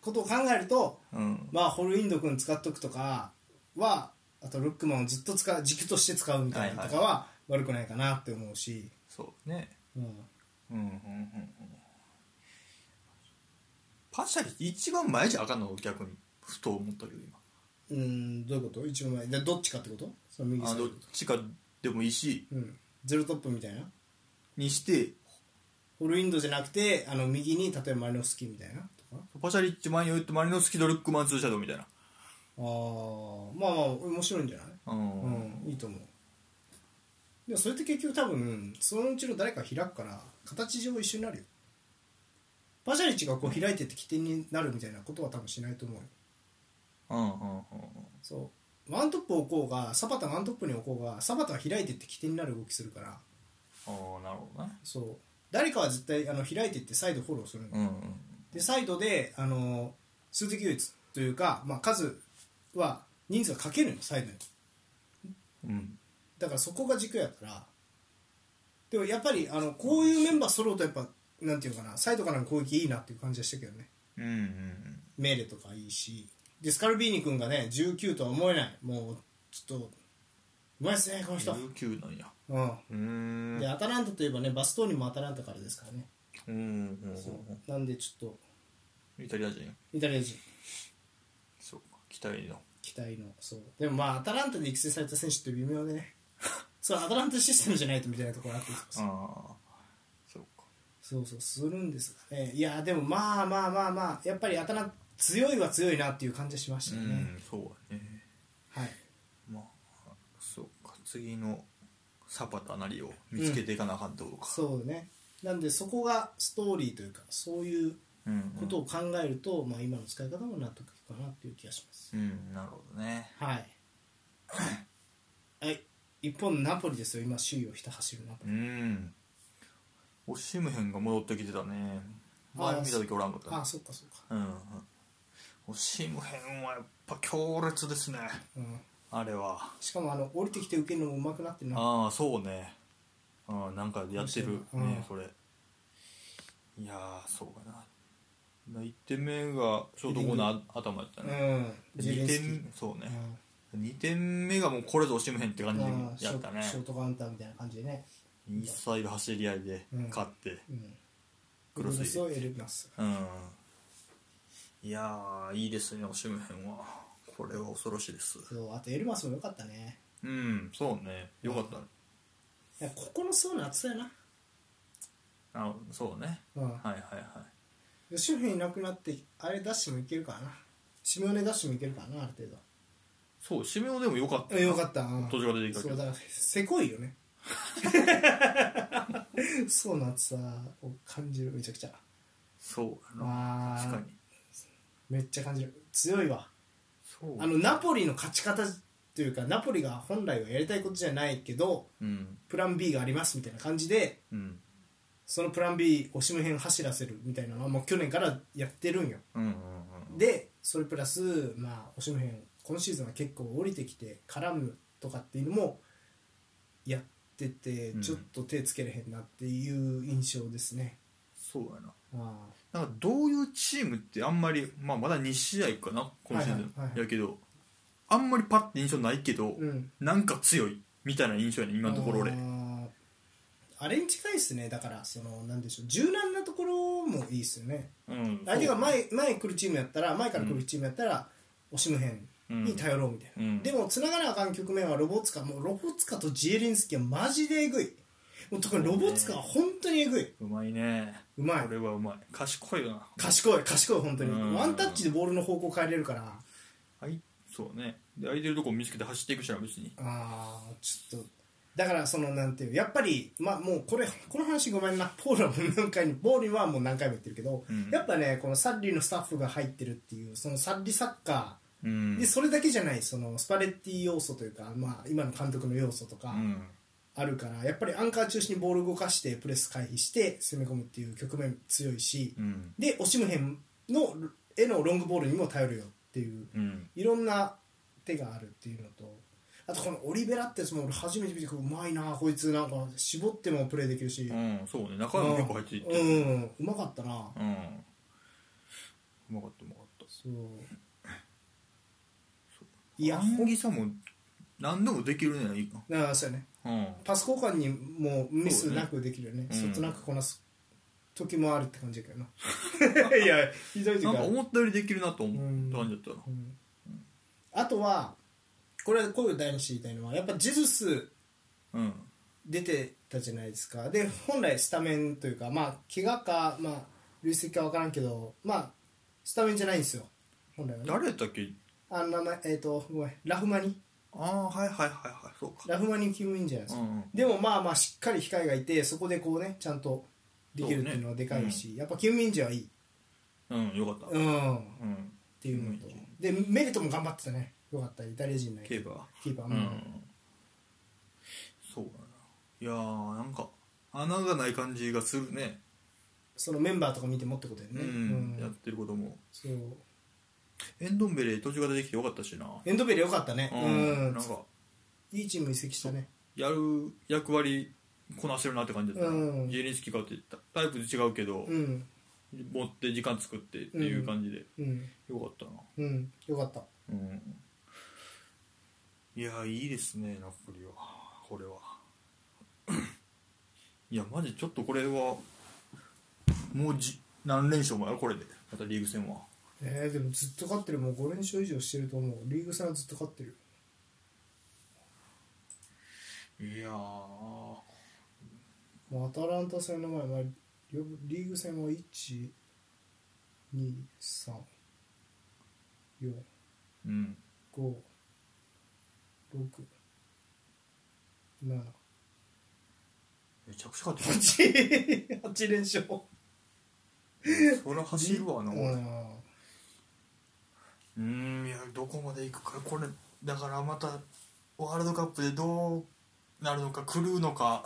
ことを考えるとうんまあホルインド君使っとくとかはあとルックマンをずっと使う軸として使うみたいなのとかは悪くないかなって思うし、そうねうんうんうんうんうんパシャリって一番前じゃあかんの逆にふと思ったけどうーんどういうこと一番前でどっちかってことその右今あサイドどっちかでもいいしうん、ゼロトップみたいなにしてホルインドじゃなくてあの右に例えばマリノフスキーみたいなとかパシャリッチ前に置いてマリノスキドルックマンツーシャドウみたいなあーまあまあ面白いんじゃないうんうんいいと思うでもそれって結局多分そのうちの誰か開くから形上一緒になるよパシャリッチがこう開いてって起点になるみたいなことは多分しないと思うようんうんうんそうワントップ置こうがサバタワントップに置こうがサバタは開いてって起点になる動きするからああなるほどねそう誰かは絶対あの開いてってサイドフォローするんだうよんうんでサイドであの数的優位というか、まあ、数は人数がかけるのよサイドにうんだからそこが軸やからでもやっぱりあのこういうメンバー揃うとやっぱなんていうのかなサイドからの攻撃いいなっていう感じはしたけどねうんうんメーレとかいいしでスカルビーニ君がね19とは思えないもうちょっとうまいですねこの人、 19なんやうん、うーんでアタランタといえばねバストーニもアタランタからですからね、うんうんそうなんでちょっうんイタリア人とイタリア人そうか期待の期待のそうでもまあアタランタで育成された選手って微妙でね そうアタランタシステムじゃないとみたいなところあってそうああそうかそうそうするんですがねいやでもまあまあまあまあやっぱりアタラン強いは強いなっていう感じはしましうたね、んそうだねはいまあそうか次のサパタなりを見つけていかなあかんとこか、そうねなんでそこがストーリーというかそういううんうん、ことを考えると、まあ、今の使い方も納得いくかなっていう気がしますうんなるほどねはいはい一方のナポリですよ今首位をひた走るナポうリ、んオシムヘンが戻ってきてたねあ前見た時おらんかったねああそっかそっかうんうんオシムヘンはやっぱ強烈ですねうんあれはしかもあの降りてきて受けるのも上手くなってるなああそうねああなんかやってる面白いなうねんそれいやーそうかな1点目がショートコーナー頭やったうね、んでジ二レンスキー点そうね、うん2点目がもうこれぞオシムヘンって感まあじやったねショショートカウンターみたいな感じでね、インサイド走り合いで勝ってうん、クロス入れを選びますうん、いやーいいですねオシムヘンはこれは恐ろしいですそうあとエルマスも良かったねうんそうねよかった、いやここの層の厚さやな、あそうねうんはいはいはい吉野いなくなってあれ出してもいけるからなシミオネ出してもいけるからなある程そうシメオでもよかった度よかったうん途中から出てきたそけうどだからせこいよ ね層の厚さを感じるめちゃくちゃそうやあーな確かにめっちゃ感じる強いわそうあのナポリの勝ち方というかナポリが本来はやりたいことじゃないけどうんプラン B がありますみたいな感じでうんそのプラン B オシム編走らせるみたいなのはもう去年からやってるんようんうんうんでそれプラスまあオシム編今シーズンは結構降りてきて絡むとかっていうのもやっててうんちょっと手つけれへんなっていう印象ですね、そうやなああなんかどういうチームってあんまり、まあ、まだ2試合かな今シーはいはズン、いはいはいやけどあんまりパッて印象ないけど、うんなんか強いみたいな印象やね今のところ俺ああアレンジいですねだからそのなんでしょう柔軟なところもいいですよねうん相手が前前来るチームやったら前から来るチームやったら、オシム編に頼ろうみたいな、うんでも繋がなあかん局面はロボツカもうロボツカとジエリンスキーはマジでえぐいもう特にロボツカは本当にえぐいうまいねうまいこれはうまい賢いよな賢い賢い本当にうんワンタッチでボールの方向変えれるからはいそうねで空いてるとこ見つけて走っていくしな別にあーちょっとだからそのなんていうやっぱりまあもうこれこの話ごめんなポールはもう何回にポールはもう何回も言ってるけど、うんやっぱねこのサッリーのスタッフが入ってるっていうそのサッリサッカうーんでそれだけじゃないそのスパレッティ要素というか、まあ、今の監督の要素とか、うんあるからやっぱりアンカー中心にボール動かしてプレス回避して攻め込むっていう局面強いし、うんでオシムヘンのへのロングボールにも頼るよっていううんいろんな手があるっていうのとあとこのオリベラってやつも俺初めて見てうまいなこいつなんか絞ってもプレーできるし、ううんんそうね中身も結構入っていってうんうまかったなうんうまかったうまかったそういや青木さんも何でもできるねいいかなあそうやねうんパス交換にもミスなくできるよねそうねそうんっとなくこなす時もあるって感じやけどないやひどい時なんはか思ったよりできるなと思った感じだったなうんあとはこれこういう第二子言いたいのはやっぱジェズスうん出てたじゃないですかで本来スタメンというかまあ怪我かまあ累積か分からんけどまあスタメンじゃないんですよ本来はね誰やったっけあの名前えっ、とごめんラフマニああはいはいはいはいそうかラフマニキムインじゃないですうか、んうんでもまあまあしっかり控えがいてそこでこうねちゃんとできるっていうのはでかいし、やっぱキム・ミンジェはいいうんよかったうんっうんていうのとキムでメリットも頑張ってたねよかったイタリア人ないケキーバーーパーうも、んそうだないやーなんか穴がない感じがするねそのメンバーとか見てもってことだようん、ね、やってることもそうエンドンベレ途中から出てきてよかったしなエンドベレ良かったねうん、なんかいいチーム移籍したねやる役割こなしてるなって感じだったな、うんジェリンスキーかってたタイプで違うけど、うん持って時間作ってっていう感じで、うんよかったなうんよかったうんいやいいですねナポリはこれは いやマジちょっとこれはもうじ何連勝もやこれでまたリーグ戦はえー、でもずっと勝ってるもう5連勝以上してると思うリーグ戦はずっと勝ってるいやーもうアタランタ戦の前、まあ、リオリーグ戦は123 4うん5 6 7めちゃくちゃ勝ってる8 8連勝そりゃ走るわなう俺んうんいやどこまで行くかこれだからまたワールドカップでどうなるのか狂うのか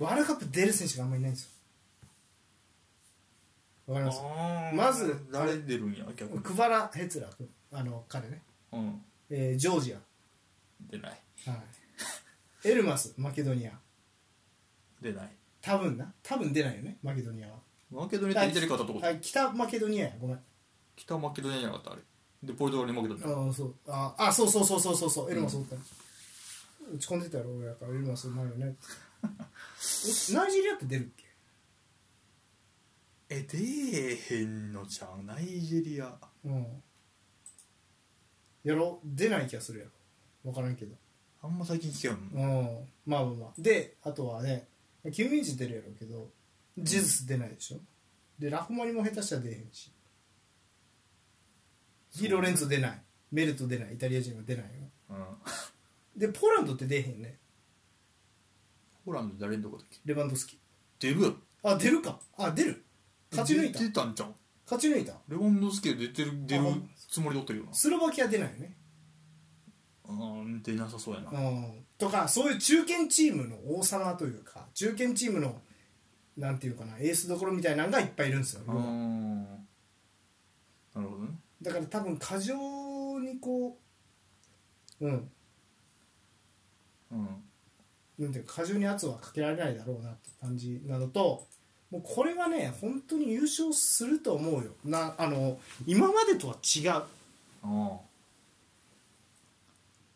ワールドカップ出る選手があんまりいないんですよわかりますあーまず誰出るんや逆にクバラ・ヘツラ君あの彼ね、うんえージョージ出ないア、はい、エルマスマケドニア出ない多分な多分出ないよねマケドニアはマケドニアってイタリア勝ったとこあ北マケドニアやごめん北マケドニアじゃなかったあれでポルトガルに負けたんだああそうああそうそうそうそうそうそうエルマスおったの、打ち込んでたやろ俺やからエルマスうまいよねえ ナイジェリアって出るっけえ出えへんのちゃうナイジェリアうんやろ出ない気がするやろ分からんけどあんま最近聞けんうんまあまあまあであとはねキム・ミンジ出るやろうけどジェズス出ないでしょ、でラフマリも下手したら出へんしヒロレンツォ出ないメルト出ないイタリア人は出ないようんでポーランドって出へんねホランド誰のとこだっけレバンドフスキ出るやろあ出るかあ出る勝ち抜いた出てたんじゃん勝ち抜いたレバンドフスキー出てる出るあほんつもりだったけどなスロバキア出ないよねうん出なさそうやなうんとかそういう中堅チームの王様というか中堅チームのなんていうかなエースどころみたいなのがいっぱいいるんですようーんなるほどねだから多分過剰にこううんうんなんていうか過剰に圧はかけられないだろうなって感じなのともうこれはね本当に優勝すると思うよなあの今までとは違うああ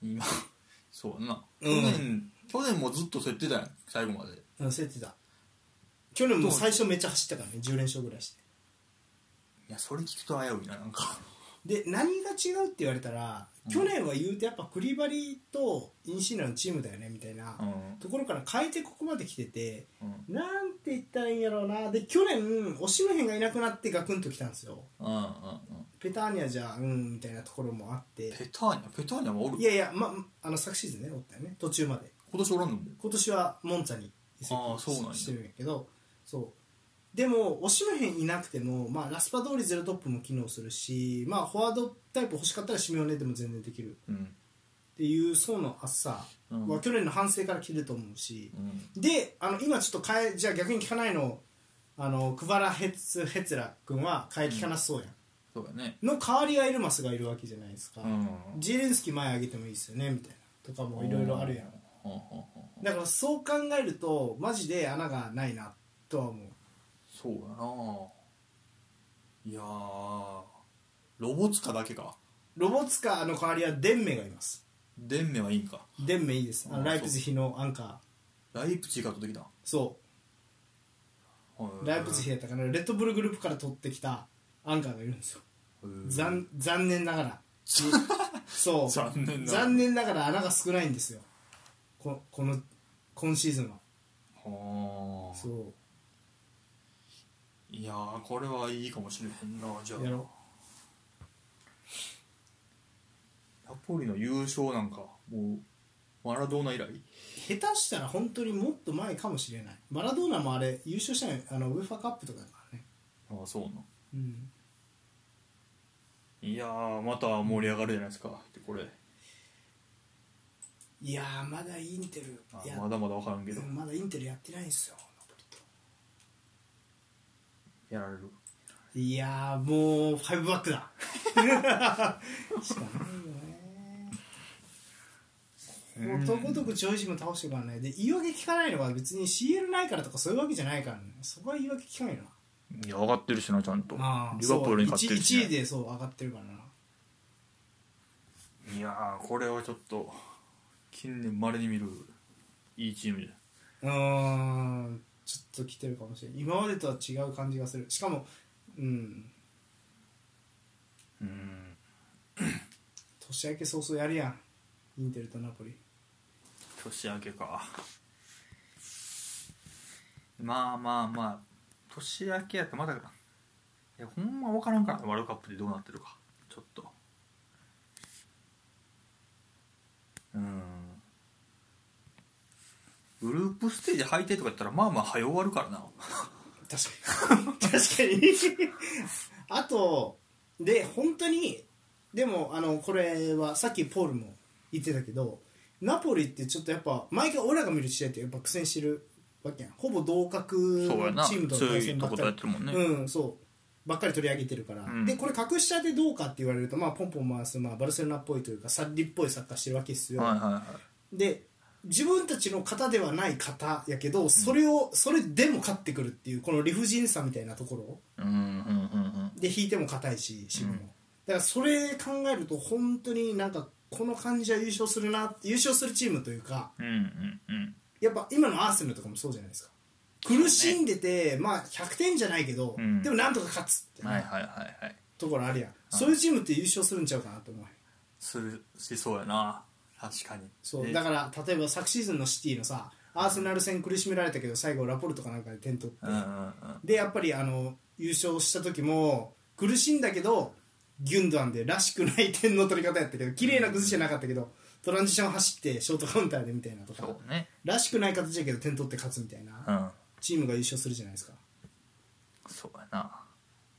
今 そうやな、うん去年去年もずっとそうやってたやん最後までうんせてた去年も最初めっちゃ走ったからね10連勝ぐらいしていやそれ聞くと危ういななんかで何が違うって言われたら、うん去年は言うとやっぱクリバリとインシーナのチームだよねみたいな、うんところから変えてここまで来ててうんなんて言ったらいいんやろうなで去年オシムヘンがいなくなってガクンと来たんですようんうんうんペターニャじゃうんみたいなところもあってペターニャペターニャはおるいやいや、ま、あの昨シーズンねおったよね途中まで今年おらんのも今年はモンツァに移籍あーそうなんやしてるんやけどそうでもオシムヘンいなくても、まあ、ラスパ通りゼロトップも機能するし、まあ、フォワードタイプ欲しかったらシミオネでも全然できるうんっていう層の厚さうんは去年の反省から来てると思うし、うんであの今ちょっと替えじゃあ逆に聞かないのあのクバラヘツヘツラ君は替え聞かなそうやん、そうやねの代わりがエルマスがいるわけじゃないですか、うんジェレンスキー前上げてもいいですよねみたいなとかもいろいろあるやんほんほんほんだからそう考えるとマジで穴がないなとは思うそうやないやーロボツカだけかロボツカの代わりはデンメがいますデンメはいいんかデンメいいですああのーライプツヒのアンカーライプチヒから取ってきそたうライプツヒへやったかなレッドブルグループから取ってきたアンカーがいるんですよー残残念ながらそう 残念な残念ながら穴が少ないんですよここの今シーズンははあそいやーこれはいいかもしれへんなじゃあうやろナポリの優勝なんかもうマラドーナ以来下手したら本当にもっと前かもしれないマラドーナもあれ優勝したのあのウェファカップとかだからねああそうなうんいやーまた盛り上がるじゃないですかでこれいやーまだインテルあやまだまだ分からんけどまだインテルやってないんですよナポリやられるといやーもうファイブバックだしかないよねとことく調子も倒してからねで言い訳聞かないのは別に CL ないからとかそういうわけじゃないからねそこは言い訳聞かないないや上がってるしなちゃんとリあバあプールに勝ってるし、 1, ね位、でそう上がってるからないやーこれはちょっと近年まれに見るいいチームじうーんちょっと来てるかもしれない今までとは違う感じがするしかもうんゃんうん年明け早々やるやんインテルとナポリ年明けかまあまあまあ年明けやとまだいやほんま分からんからワールドカップでどうなってるかちょっとうんグループステージ敗退とか言ったらまあまあ早終わるからな確かに確かにあとで本当にでもあのこれはさっきポールも言ってたけどナポリってちょっとやっぱ毎回俺らが見る試合ってやっぱ苦戦してるわけやんほぼ同格そうやなのチームとの強対い戦ばとっこかとやっりてるもんね、うん、そうばっかり取り上げてるから、うんでこれ格下でどうかって言われると、まあ、ポンポン回す、まあ、バルセロナっぽいというかサッリっぽいサッカーしてるわけですよ、はいはいはいで自分たちの型ではない型やけどそれを、それでも勝ってくるっていうこの理不尽さみたいなところうんうんうんで引いても硬いし守備も、うんだからそれ考えると本当になんかこの感じは優勝するな優勝するチームというかうんうんうんうんやっぱ今のアーセナルとかもそうじゃないですか苦しんでて、まあ100点じゃないけど、うんでもなんとか勝つってはいはいはいはいところあるやん、そういうチームって優勝するんちゃうかなと思うするしそうやな確かにそうでだから例えば昨シーズンのシティのさアーセナル戦苦しめられたけど最後ラポルトかなんかで点取って、うんうんうんでやっぱりあの優勝した時も苦しいんだけどギュンドアンでらしくない点の取り方やったけど綺麗な崩しじゃなかったけどトランジション走ってショートカウンターでみたいなとかそうねらしくない形だけど点取って勝つみたいなうんチームが優勝するじゃないですかそうやな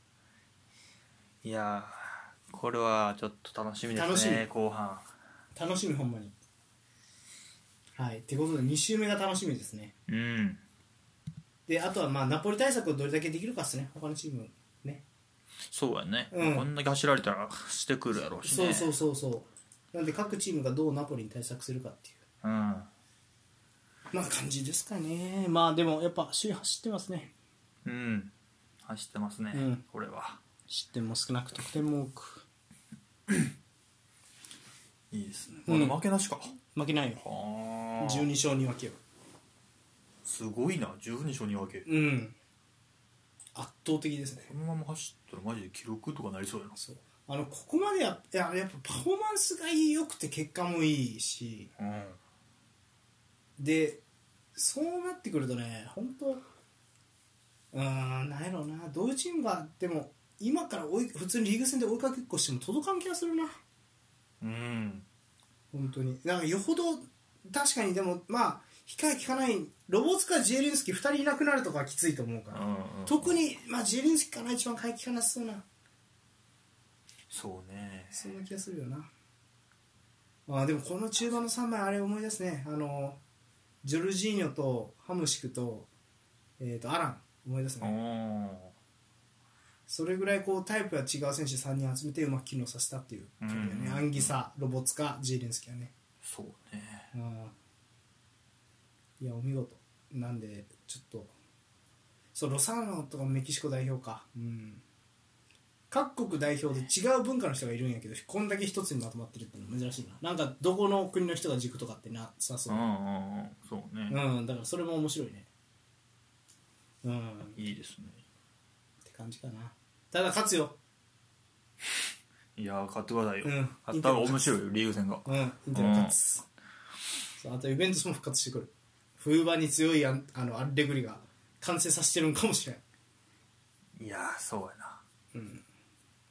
いやーこれはちょっと楽しみで楽すしみね後半楽しみほんまにはいってことで2周目が楽しみですねうんであとはまあナポリ対策をどれだけできるかですね他のチームねそうやね、うんこんだけ走られたらしてくるやろうしそねうそうそうそうなんで各チームがどうナポリに対策するかっていううんまあ感じですかねまあでもやっぱ首位走ってますねうん走ってますね、うんこれは失点も少なく得点も多くいいですね、うんまあ負けなしか負けないよは12勝2分けよすごいな12勝2分け、うん圧倒的ですねこのまま走ったらマジで記録とかなりそうやなそうあのここまでやいややっぱパフォーマンスが良くて結果もいいしうんでそうなってくるとね本当うーんなんやろうなどういうチームがでも今から追い普通にリーグ戦で追いかけっこしても届かん気がするなうん本当になんかよほど確かにでもまあ控え聞かないロボツカジエリンスキー2人いなくなるとかはきついと思うから、うん特に、まあ、ジエリンスキーから一番買い聞かなさそうなそうねそんな気がするよなあーでもこの中盤の3枚あれ思い出すねあのジョルジーニョとハムシクと,、えー、とアラン思い出すおねーそれぐらいこうタイプが違う選手3人集めてうまく機能させたっていう感じだよねうんアンギサロボツカジエリンスキーはねそうねあーいやお見事なんでちょっとそうロサーノとかメキシコ代表かうん各国代表で違う文化の人がいるんやけどこんだけ一つにまとまってるってのは珍しいななんかどこの国の人が軸とかってなさそううんうんうんそうね、うんだからそれも面白いねうんっいいですねて感じかなただ勝つよいやー買ってくださいよ、うん買ったら面白いよリーグ戦がうんインテル勝つそうあとイベントスも復活してくる冬場に強いあんあのアレグリが完成させてるんかもしれんいやーそうやな、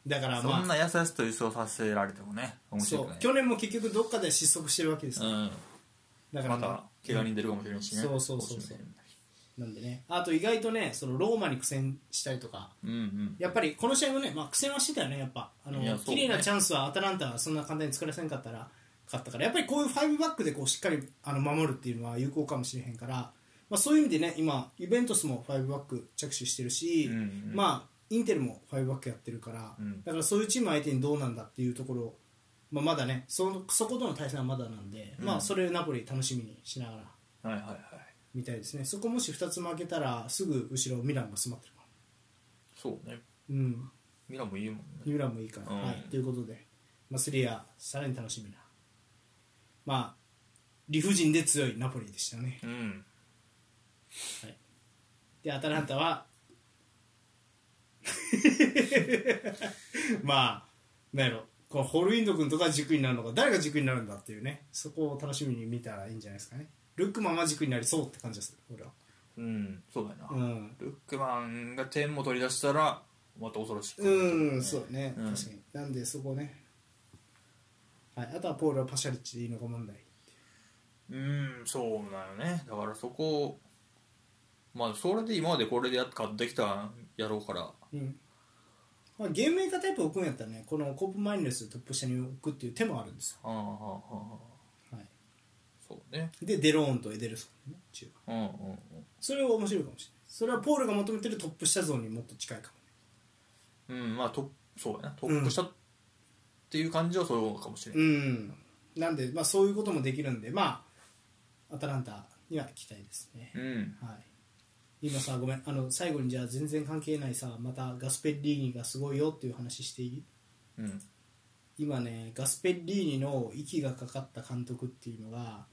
だからそまんあなやすやすと輸送させられてもね面そ白くうない去年も結局どっかで失速してるわけですから、うんだからまた怪我人出るかもしれないしね、そうそうそうそうこなんでねあと意外とねそのローマに苦戦したりとかううんやっぱりこの試合もね、まあ、苦戦はしてたよねやっぱあの、いやそう綺ね麗なチャンスはアタランタはそんな簡単に作らせんかったら勝ったからやっぱりこういう5バックでこうしっかりあの守るっていうのは有効かもしれへんから、まあ、そういう意味でね今ユベントスも5バック着手してるし、うんうんまあ、インテルも5バックやってるから、うんだからそういうチーム相手にどうなんだっていうところ、まあ、まだねそのそことの対戦はまだなんで、うんまあ、それをナポリ楽しみにしながらうんはいはいはいみたいですねそこもし2つ負けたらすぐ後ろミランが迫ってるから。そうねうんミランもいいもんね三浦もいいから、うんはい、ということで、まあ、セリアさらに楽しみなまあ理不尽で強いナポリでしたねうんでアタランタは まあなんやろこのホルウィンド君とか軸になるのか誰が軸になるんだっていうねそこを楽しみに見たらいいんじゃないですかねルックマンは軸になりそうって感じです俺はうんそうだな、うんルックマンが点も取り出したらまた恐ろしくうんそうね、うん確かになんでそこね、はい、あとはポールはパシャリッチでいいのか問題うんそうなよねだからそこをまあそれで今までこれでやっ買ってきたやろうからうんまあ、ゲームメーカータイプを置くんやったらねこのコープマインドレスをトップ下に置くっていう手もあるんですよ、ああああああはいそうねでデローンとエデルソンね中盤うんうんうんそれは面白いかもしれないそれはポールが求めてるトップ下ゾーンにもっと近いかもねうんまあとそうやなトップしたっていう感じはそうかもしれない、うんなんで、まあ、そういうこともできるんでまあアタランタには期待ですね、うんはい、今さごめんあの最後にじゃあ全然関係ないさまたガスペッリーニがすごいよっていう話していいうん今ねガスペッリーニの息がかかった監督っていうのが、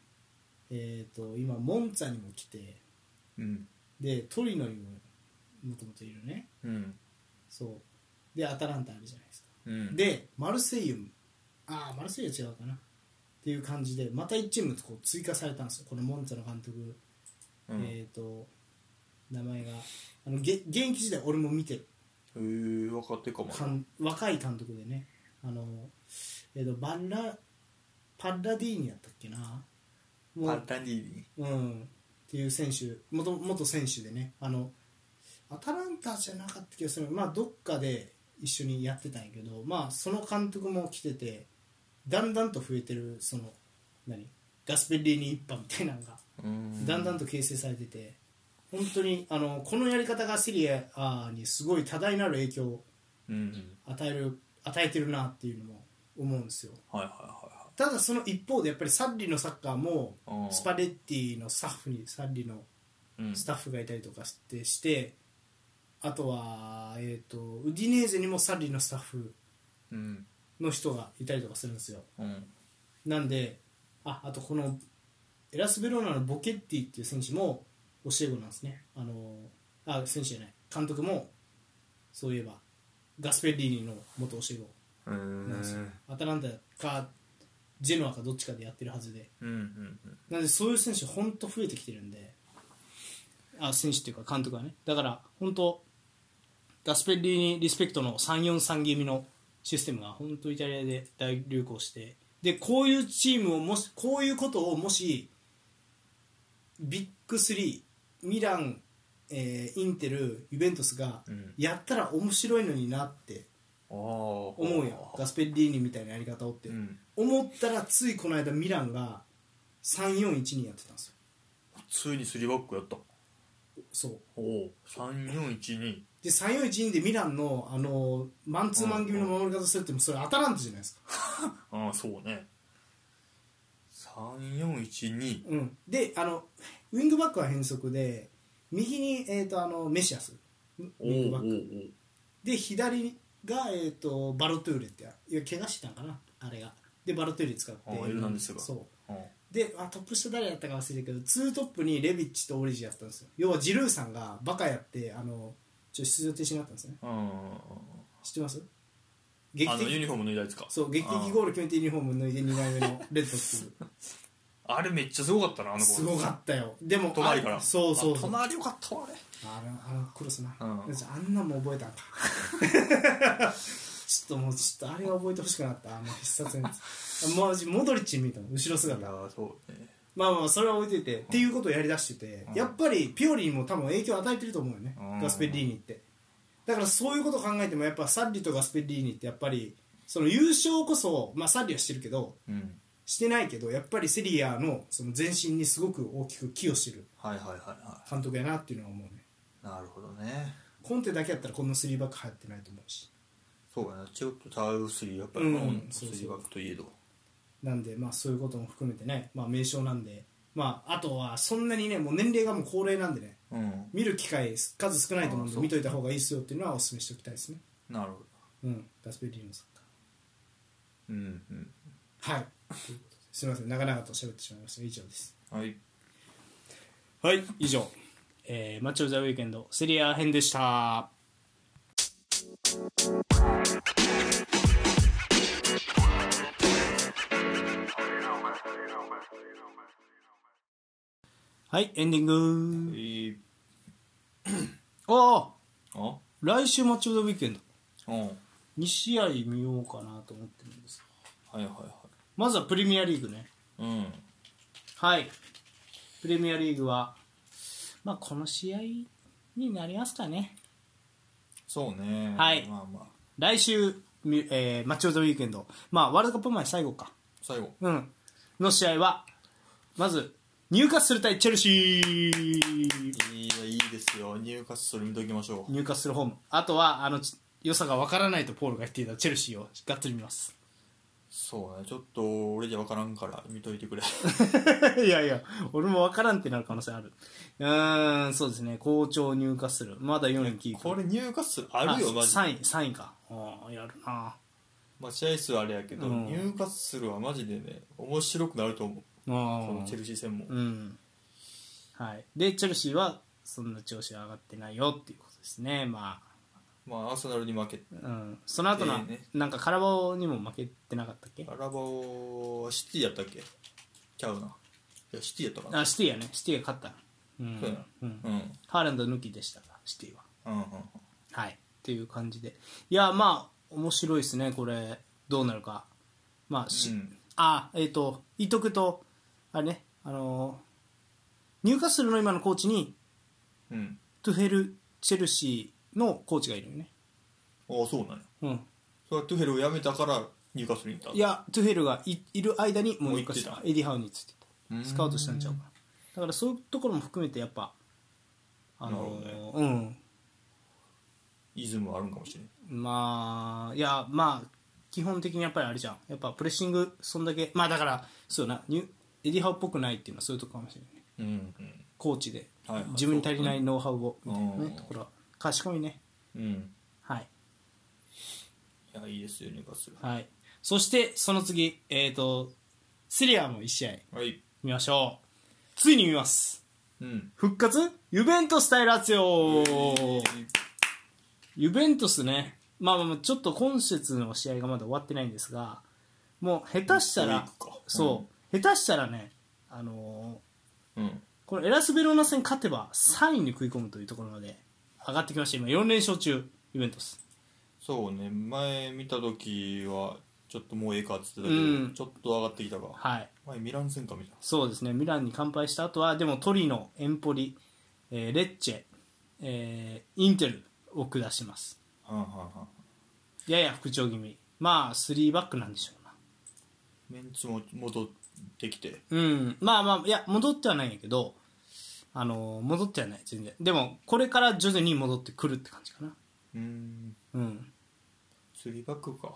えー、と今モンツァにも来てうんでトリノにももともといるねうんそうでアタランタあるじゃないですかうんでマルセイユもああマルセイユは違うかなっていう感じでまた1チームこう追加されたんですよこのモンツァの監督、うんへえっ、と名前があのげ現役時代俺も見てるえ分かってるかもなかん若い監督でねあの、えー、とバラパッラディーニやったっけなもパうッ、タニーニうん、っていう選手元元選手でねあのアタランタじゃなかった気がするまあどっかで一緒にやってたんやけどまあその監督も来ててだんだんと増えてるその何ガスペッリーニ一派みたいなのがうんだんだんと形成されてて本当にあのこのやり方がセリアにすごい多大なる影響をうん与える与えてるなっていうのも思うんですよはいはいはただその一方でやっぱりサッリのサッカーもいはいうんスパレッティのスタッフにサッリのうんスタッフがいたりとかしてしてあとは、えー、とウディネーゼにもサッリのスタッフうんの人がいたりとかするんですようんなんでああとこのエラス・ベローナのボケッティっていう選手も教え子なんですねあのあ選手じゃない監督もそういえばガスペッリーニの元教え子うんなんですよアタランタかジェノアかどっちかでやってるはずでうんうんなのでそういう選手本当増えてきてるんであ選手っていうか監督はねだから本当ガスペッリーニリスペクトの343気味のシステムが本当イタリアで大流行してでこういうチームをもしこういうことをもしビッグ3ミラン、えーインテルユベントスがうんやったら面白いのになってああ思思うよガスペッリーニみたいなやり方をって、うん思ったらついこの間ミランが341にやってたんです普通に3バックやったよそうおお3412で341でミランのあのマンツーマン気味の守り方するってもうそれアタランタじゃないですか、ああそうね3412うん、であのウィングバックは変則で右に、えー、とあのメシアスウおおィングバおおックで左が、えー、とバロトゥーレっていや怪我してたんかなあれがでバロトゥーレ使ってあエルナンデスがそうおおであトップ下誰やったか忘れたけどツートップにレビッチとオリジやってたんですよ要はジルーさんがバカやってあのちょっと出場停止になったんですよねあ知ってます劇のユ的ニフォーム脱いだやつかそう劇的ゴール決めてユニフォーム脱いで2枚目 のレッドっていうああれめっちゃすごかったなあの子すごかったよでも隣からあそうそうあそう隣よかったわあれあのあのクロスな、うんあんなんも覚えたんか ちょっともうちょっとあれは覚えてほしくなかったあの必殺のや つもう私モドリッチ見たの後ろ姿やそうねまあまあそれは置いといて、っていうことをやりだしてて、うんやっぱりピオリにも多分影響を与えてると思うよね、うんガスペッリーニってだからそういうことを考えてもやっぱサッリとガスペッリーニってやっぱりその優勝こそ、まあ、サッリはしてるけどうんしてないけどやっぱりセリアのその前身にすごく大きく寄与してるはいはいはいは監督やなっていうのは思うねいなるほどねコンテだけやったらこんな3バック流行ってないと思うしそうやなちょっとタウスリーやっぱりうんこのスそうそうリーバックといえどなんでまあそういうことも含めてね、まあ、名称なんで、まあ、あとはそんなにねもう年齢がもう高齢なんでねうん見る機会数少ないと思うんあでそう見といた方がいいですよっていうのはお勧めしておきたいですねなるほどうんガスペリーニの作うんうん家はいということですいません長々と喋ってしまいました以上ですはいはい以上、えー、マッチョ・ザ・ウィーケンドセリア編でしたはいエンディンえグーあああ来週マッチョ・ザ・ウィーケンドうんはい2試合見ようかなと思ってるんですはいはまずはプレミアリーグねいうんはいプレミアリーグはまあこの試合になりますかねそうねはいまあまあ来週、みえーマッチオブザウィークエンドまあワールドカップ前最後か最後うんの試合はまず入荷する対チェルシーいいよいいですよ入荷する見ときましょう入荷するホームあとはあのち良さがわからないとポールが言っていたチェルシーをがっつり見ます そうねちょっと俺じゃ分からんから見といてくれいやいや俺もわからんってなる可能性あるうーんそうですね好調入荷するまだ4位キープこれ入荷数あるよマジで3位3位かああやるなまあ、試合数はあれやけど、うん入荷するはマジでね面白くなると思うこあのチェルシー戦も、うんはい、でチェルシーはそんな調子が上がってないよっていうことですねままあアーセナルに負けてあ、うん、その後の、ええねなんかカラバオにも負けてなかったっけアラバオシティやったっけちゃうないやシティやったかなあシティやねシティが勝ったうんそうやうんうんうんハーランド抜きでしたがシティはうんうんはいっていう感じでいやまあ面白いですねこれどうなるかまあし、うんあえっ、と言っとくとあれねあのーニューカッスルの今のコーチにうんトゥフェル・チェルシーのコーチがいるよねああそうなんやうんそれはトゥヘルを辞めたから入荷するに行ったいやトゥフェルがいいる間にもう一回もう行ってエディ・ハウについてうーんスカウトしたんちゃうかなだからそういうところも含めてやっぱあのなるーうんイズムはあるんかもしれんまあいやまあ基本的にやっぱりあれじゃんやっぱプレッシングそんだけまあだからそうなニュエディハウっぽくないっていうのはそういうとこかもしれないねうんコーチではいはい自分に足りないノウハウをみたいなうんねところは賢いねうんうんはいいやいいですよ入荷するはいそしてその次えっ、とセリアも1試合はい見ましょうついに見ますうん復活ユベントス対ラツィオユベントスね、まあ、まあまあちょっと今節の試合がまだ終わってないんですが、もう下手したウィーらクか、そう、下手したらね、あのうんーこのエラス・ベローナ戦勝てば3位に食い込むというところまで上がってきました、今、4連勝中、ユベントス。そうね前見た時はちょっともうええかっつってたけど、うんちょっと上がってきたかはい、前ミラン戦かみたいそうですね、ミランに完敗した後は、でもトリノ、エンポリ、えーレッチェ、えーインテルを下します。なはんはんはんやや復調気味、まあ、3バックなんでしょうな。メンツも戻ってきてうん、まあまあいや戻ってはないんやけど、あのー戻ってはない全然でもこれから徐々に戻ってくるって感じかなうーんうん3バックか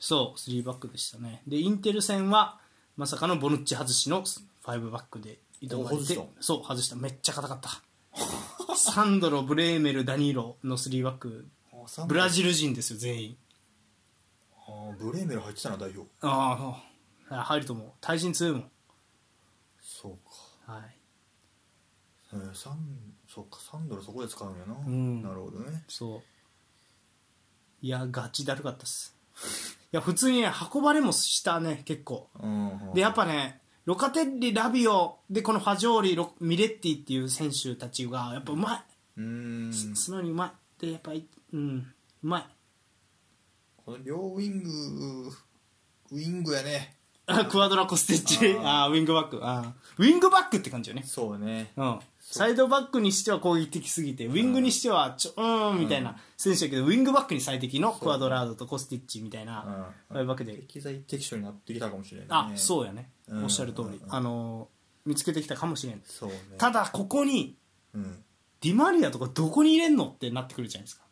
そう3バックでしたねでインテル戦はまさかのボヌッチ外しの5バックで挑まれお外てしたそう外しためっちゃ硬かった サンドロブレーメルダニーロの3バックブラジル人ですよ全員あーブレーメル入ってたな代表ああ入ると思う対人強いもん、そうか、はい、えー、サンそうかサンドルそこで使うんやな、んなるほどねそういやガチだるかったっす いや普通にね運ばれもしたね結構うんでやっぱねロカテッリラビオでこのファジョーリロミレッティっていう選手たちがやっぱうまうーんい、素直にうまいでやっぱいうんうまいこの両ウィングウィングやねあクワドラコステッチあーあーウィングバックあーウィングバックって感じよねそうねうん、サイドバックにしては攻撃的すぎてウィングにしてはちょうーんみたいな選手だけど、ウィングバックに最適のクワドラードとコスティッチみたいな、うんファイブバックで適材適所になってきたかもしれないねあそうやね、うんおっしゃる通り、うんあのー見つけてきたかもしれんそうねただここにうんディマリアとかどこに入れんのってなってくるじゃないですか、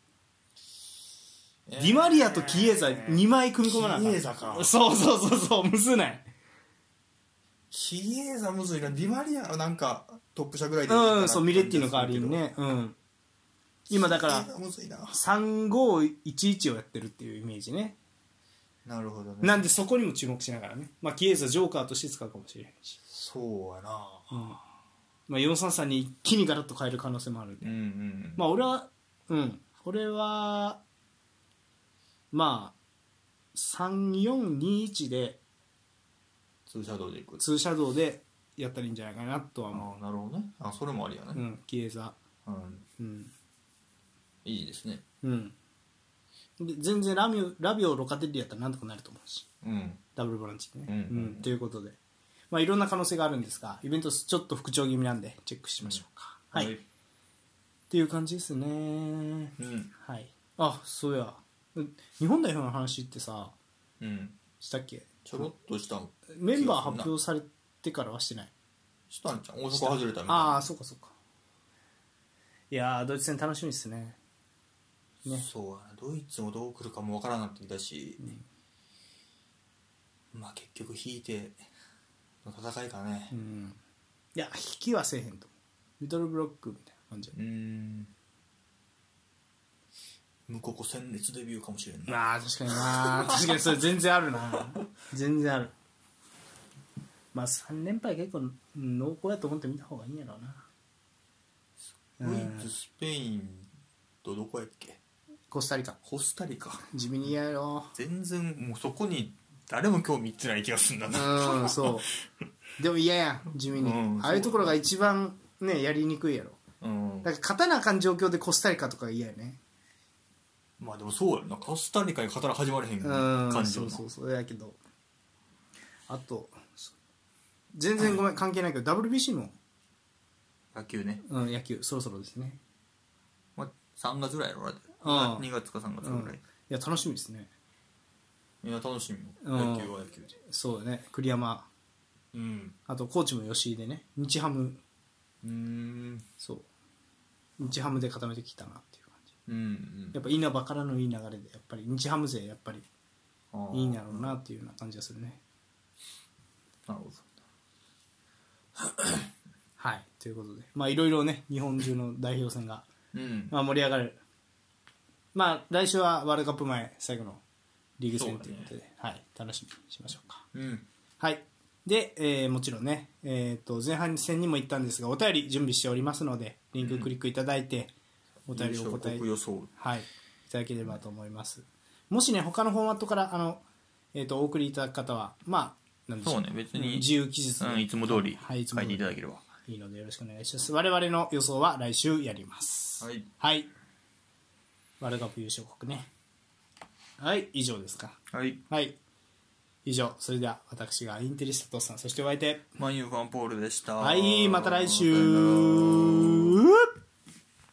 えディマリアとキエザ2枚組み込まなあかんキエザかそうそうそうそうむず ないキエザむずいなディマリアはなんかトップ下ぐらいでいいかなうんそうミレッティの代わりにねうん今だからキエザむずいな3511をやってるっていうイメージねなるほどねなんでそこにも注目しながらね、まあ、キエザジョーカーとして使うかもしれないし、そうやなまあ、433に一気にガラッと変える可能性もあるんでうんうんまあ俺はうん俺はまあ3421でツーシャドウでいくツーシャドウでやったらいいんじゃないかなとは思ああなるほどねあそれもありやう、うねん、キエザうん、うん、いいですねうん、で全然ラミオラビオロカテッリやったらなんとかなると思うしうんダブルボランチね、うんうんうんということで、ままあ、いろんな可能性があるんですがイベントちょっと復調気味なんでチェックしましょうか、はい、っ。ていう感じですねうん。はいあそうやうん日本代表の話ってさうん。したっけちょろっとしたん。メンバー発表されてからはしてないしたんちゃん大阪外れたみたいあなあ。そうかそうかいやードイツ戦楽しみですねねそうやな。ドイツもどう来るかもわからなくてきたし。まあ結局引いての戦いかねう。んいや引きはせえへんと思うミドルブロックみたいな感じやうん。向こう戦列デビューかもしれんな。まあ確かにな 確かにそれ全然あるな全然あるまあ3連敗結構うん濃厚やと思って見た方がいいんやろうなドイツ、スペインとどこやっけコスタリカコスタリカ。地味にやろ全然もうそこに誰も興味いってない気がするんだうな。うんそうでも嫌やん地味に、うんああいうところが一番ねやりにくいやろうんだから勝たなあかん状況でコスタリカとか嫌やねまあでもそうやろなコスタリカに語ら始まれへんうん感じそようなそうそうやけどあとそう全然ごめん関係ないけど WBC の、野球ね、うん、野球そろそろですねまあ、3月ぐらいやろ俺ああ2月か3月うんぐらいい、や楽しみですねみんな楽しみようん野球は野球でそうだね栗山うんあとコーチも吉井でね日ハムうーんそう日ハムで固めてきたなっていう感じうんうんやっぱ稲葉からのいい流れでやっぱり日ハム勢やっぱりああいいんやろうなっていうような感じがするねなるほはいということでまあいろいろね日本中の代表戦がどうんまあ、盛り上がる、まあ、来週はワールドカップ前最後のリーグ戦ということで、はい、楽しみにしましょうか。うんはい、で、えーもちろんね、えー、と前半戦にも言ったんですがお便り準備しておりますのでリンククリックいただいて、お便りをお答え、予想はい、いただければと思います。もしね他のフォーマットからあの、えー、とお送りいただく方はまあなんでしょそううね別に自由記述うんいでつも通りは書いいいつも通てりいただければいいのでよろしくお願いします。我々の予想は来週やります。はいはい。ワールドカップ優勝国ね。はい、以上ですか。はいはい。以上、それでは私がインテリストさん、そしてお相手。マンユーファンポールでしたはい、また来週。さよなら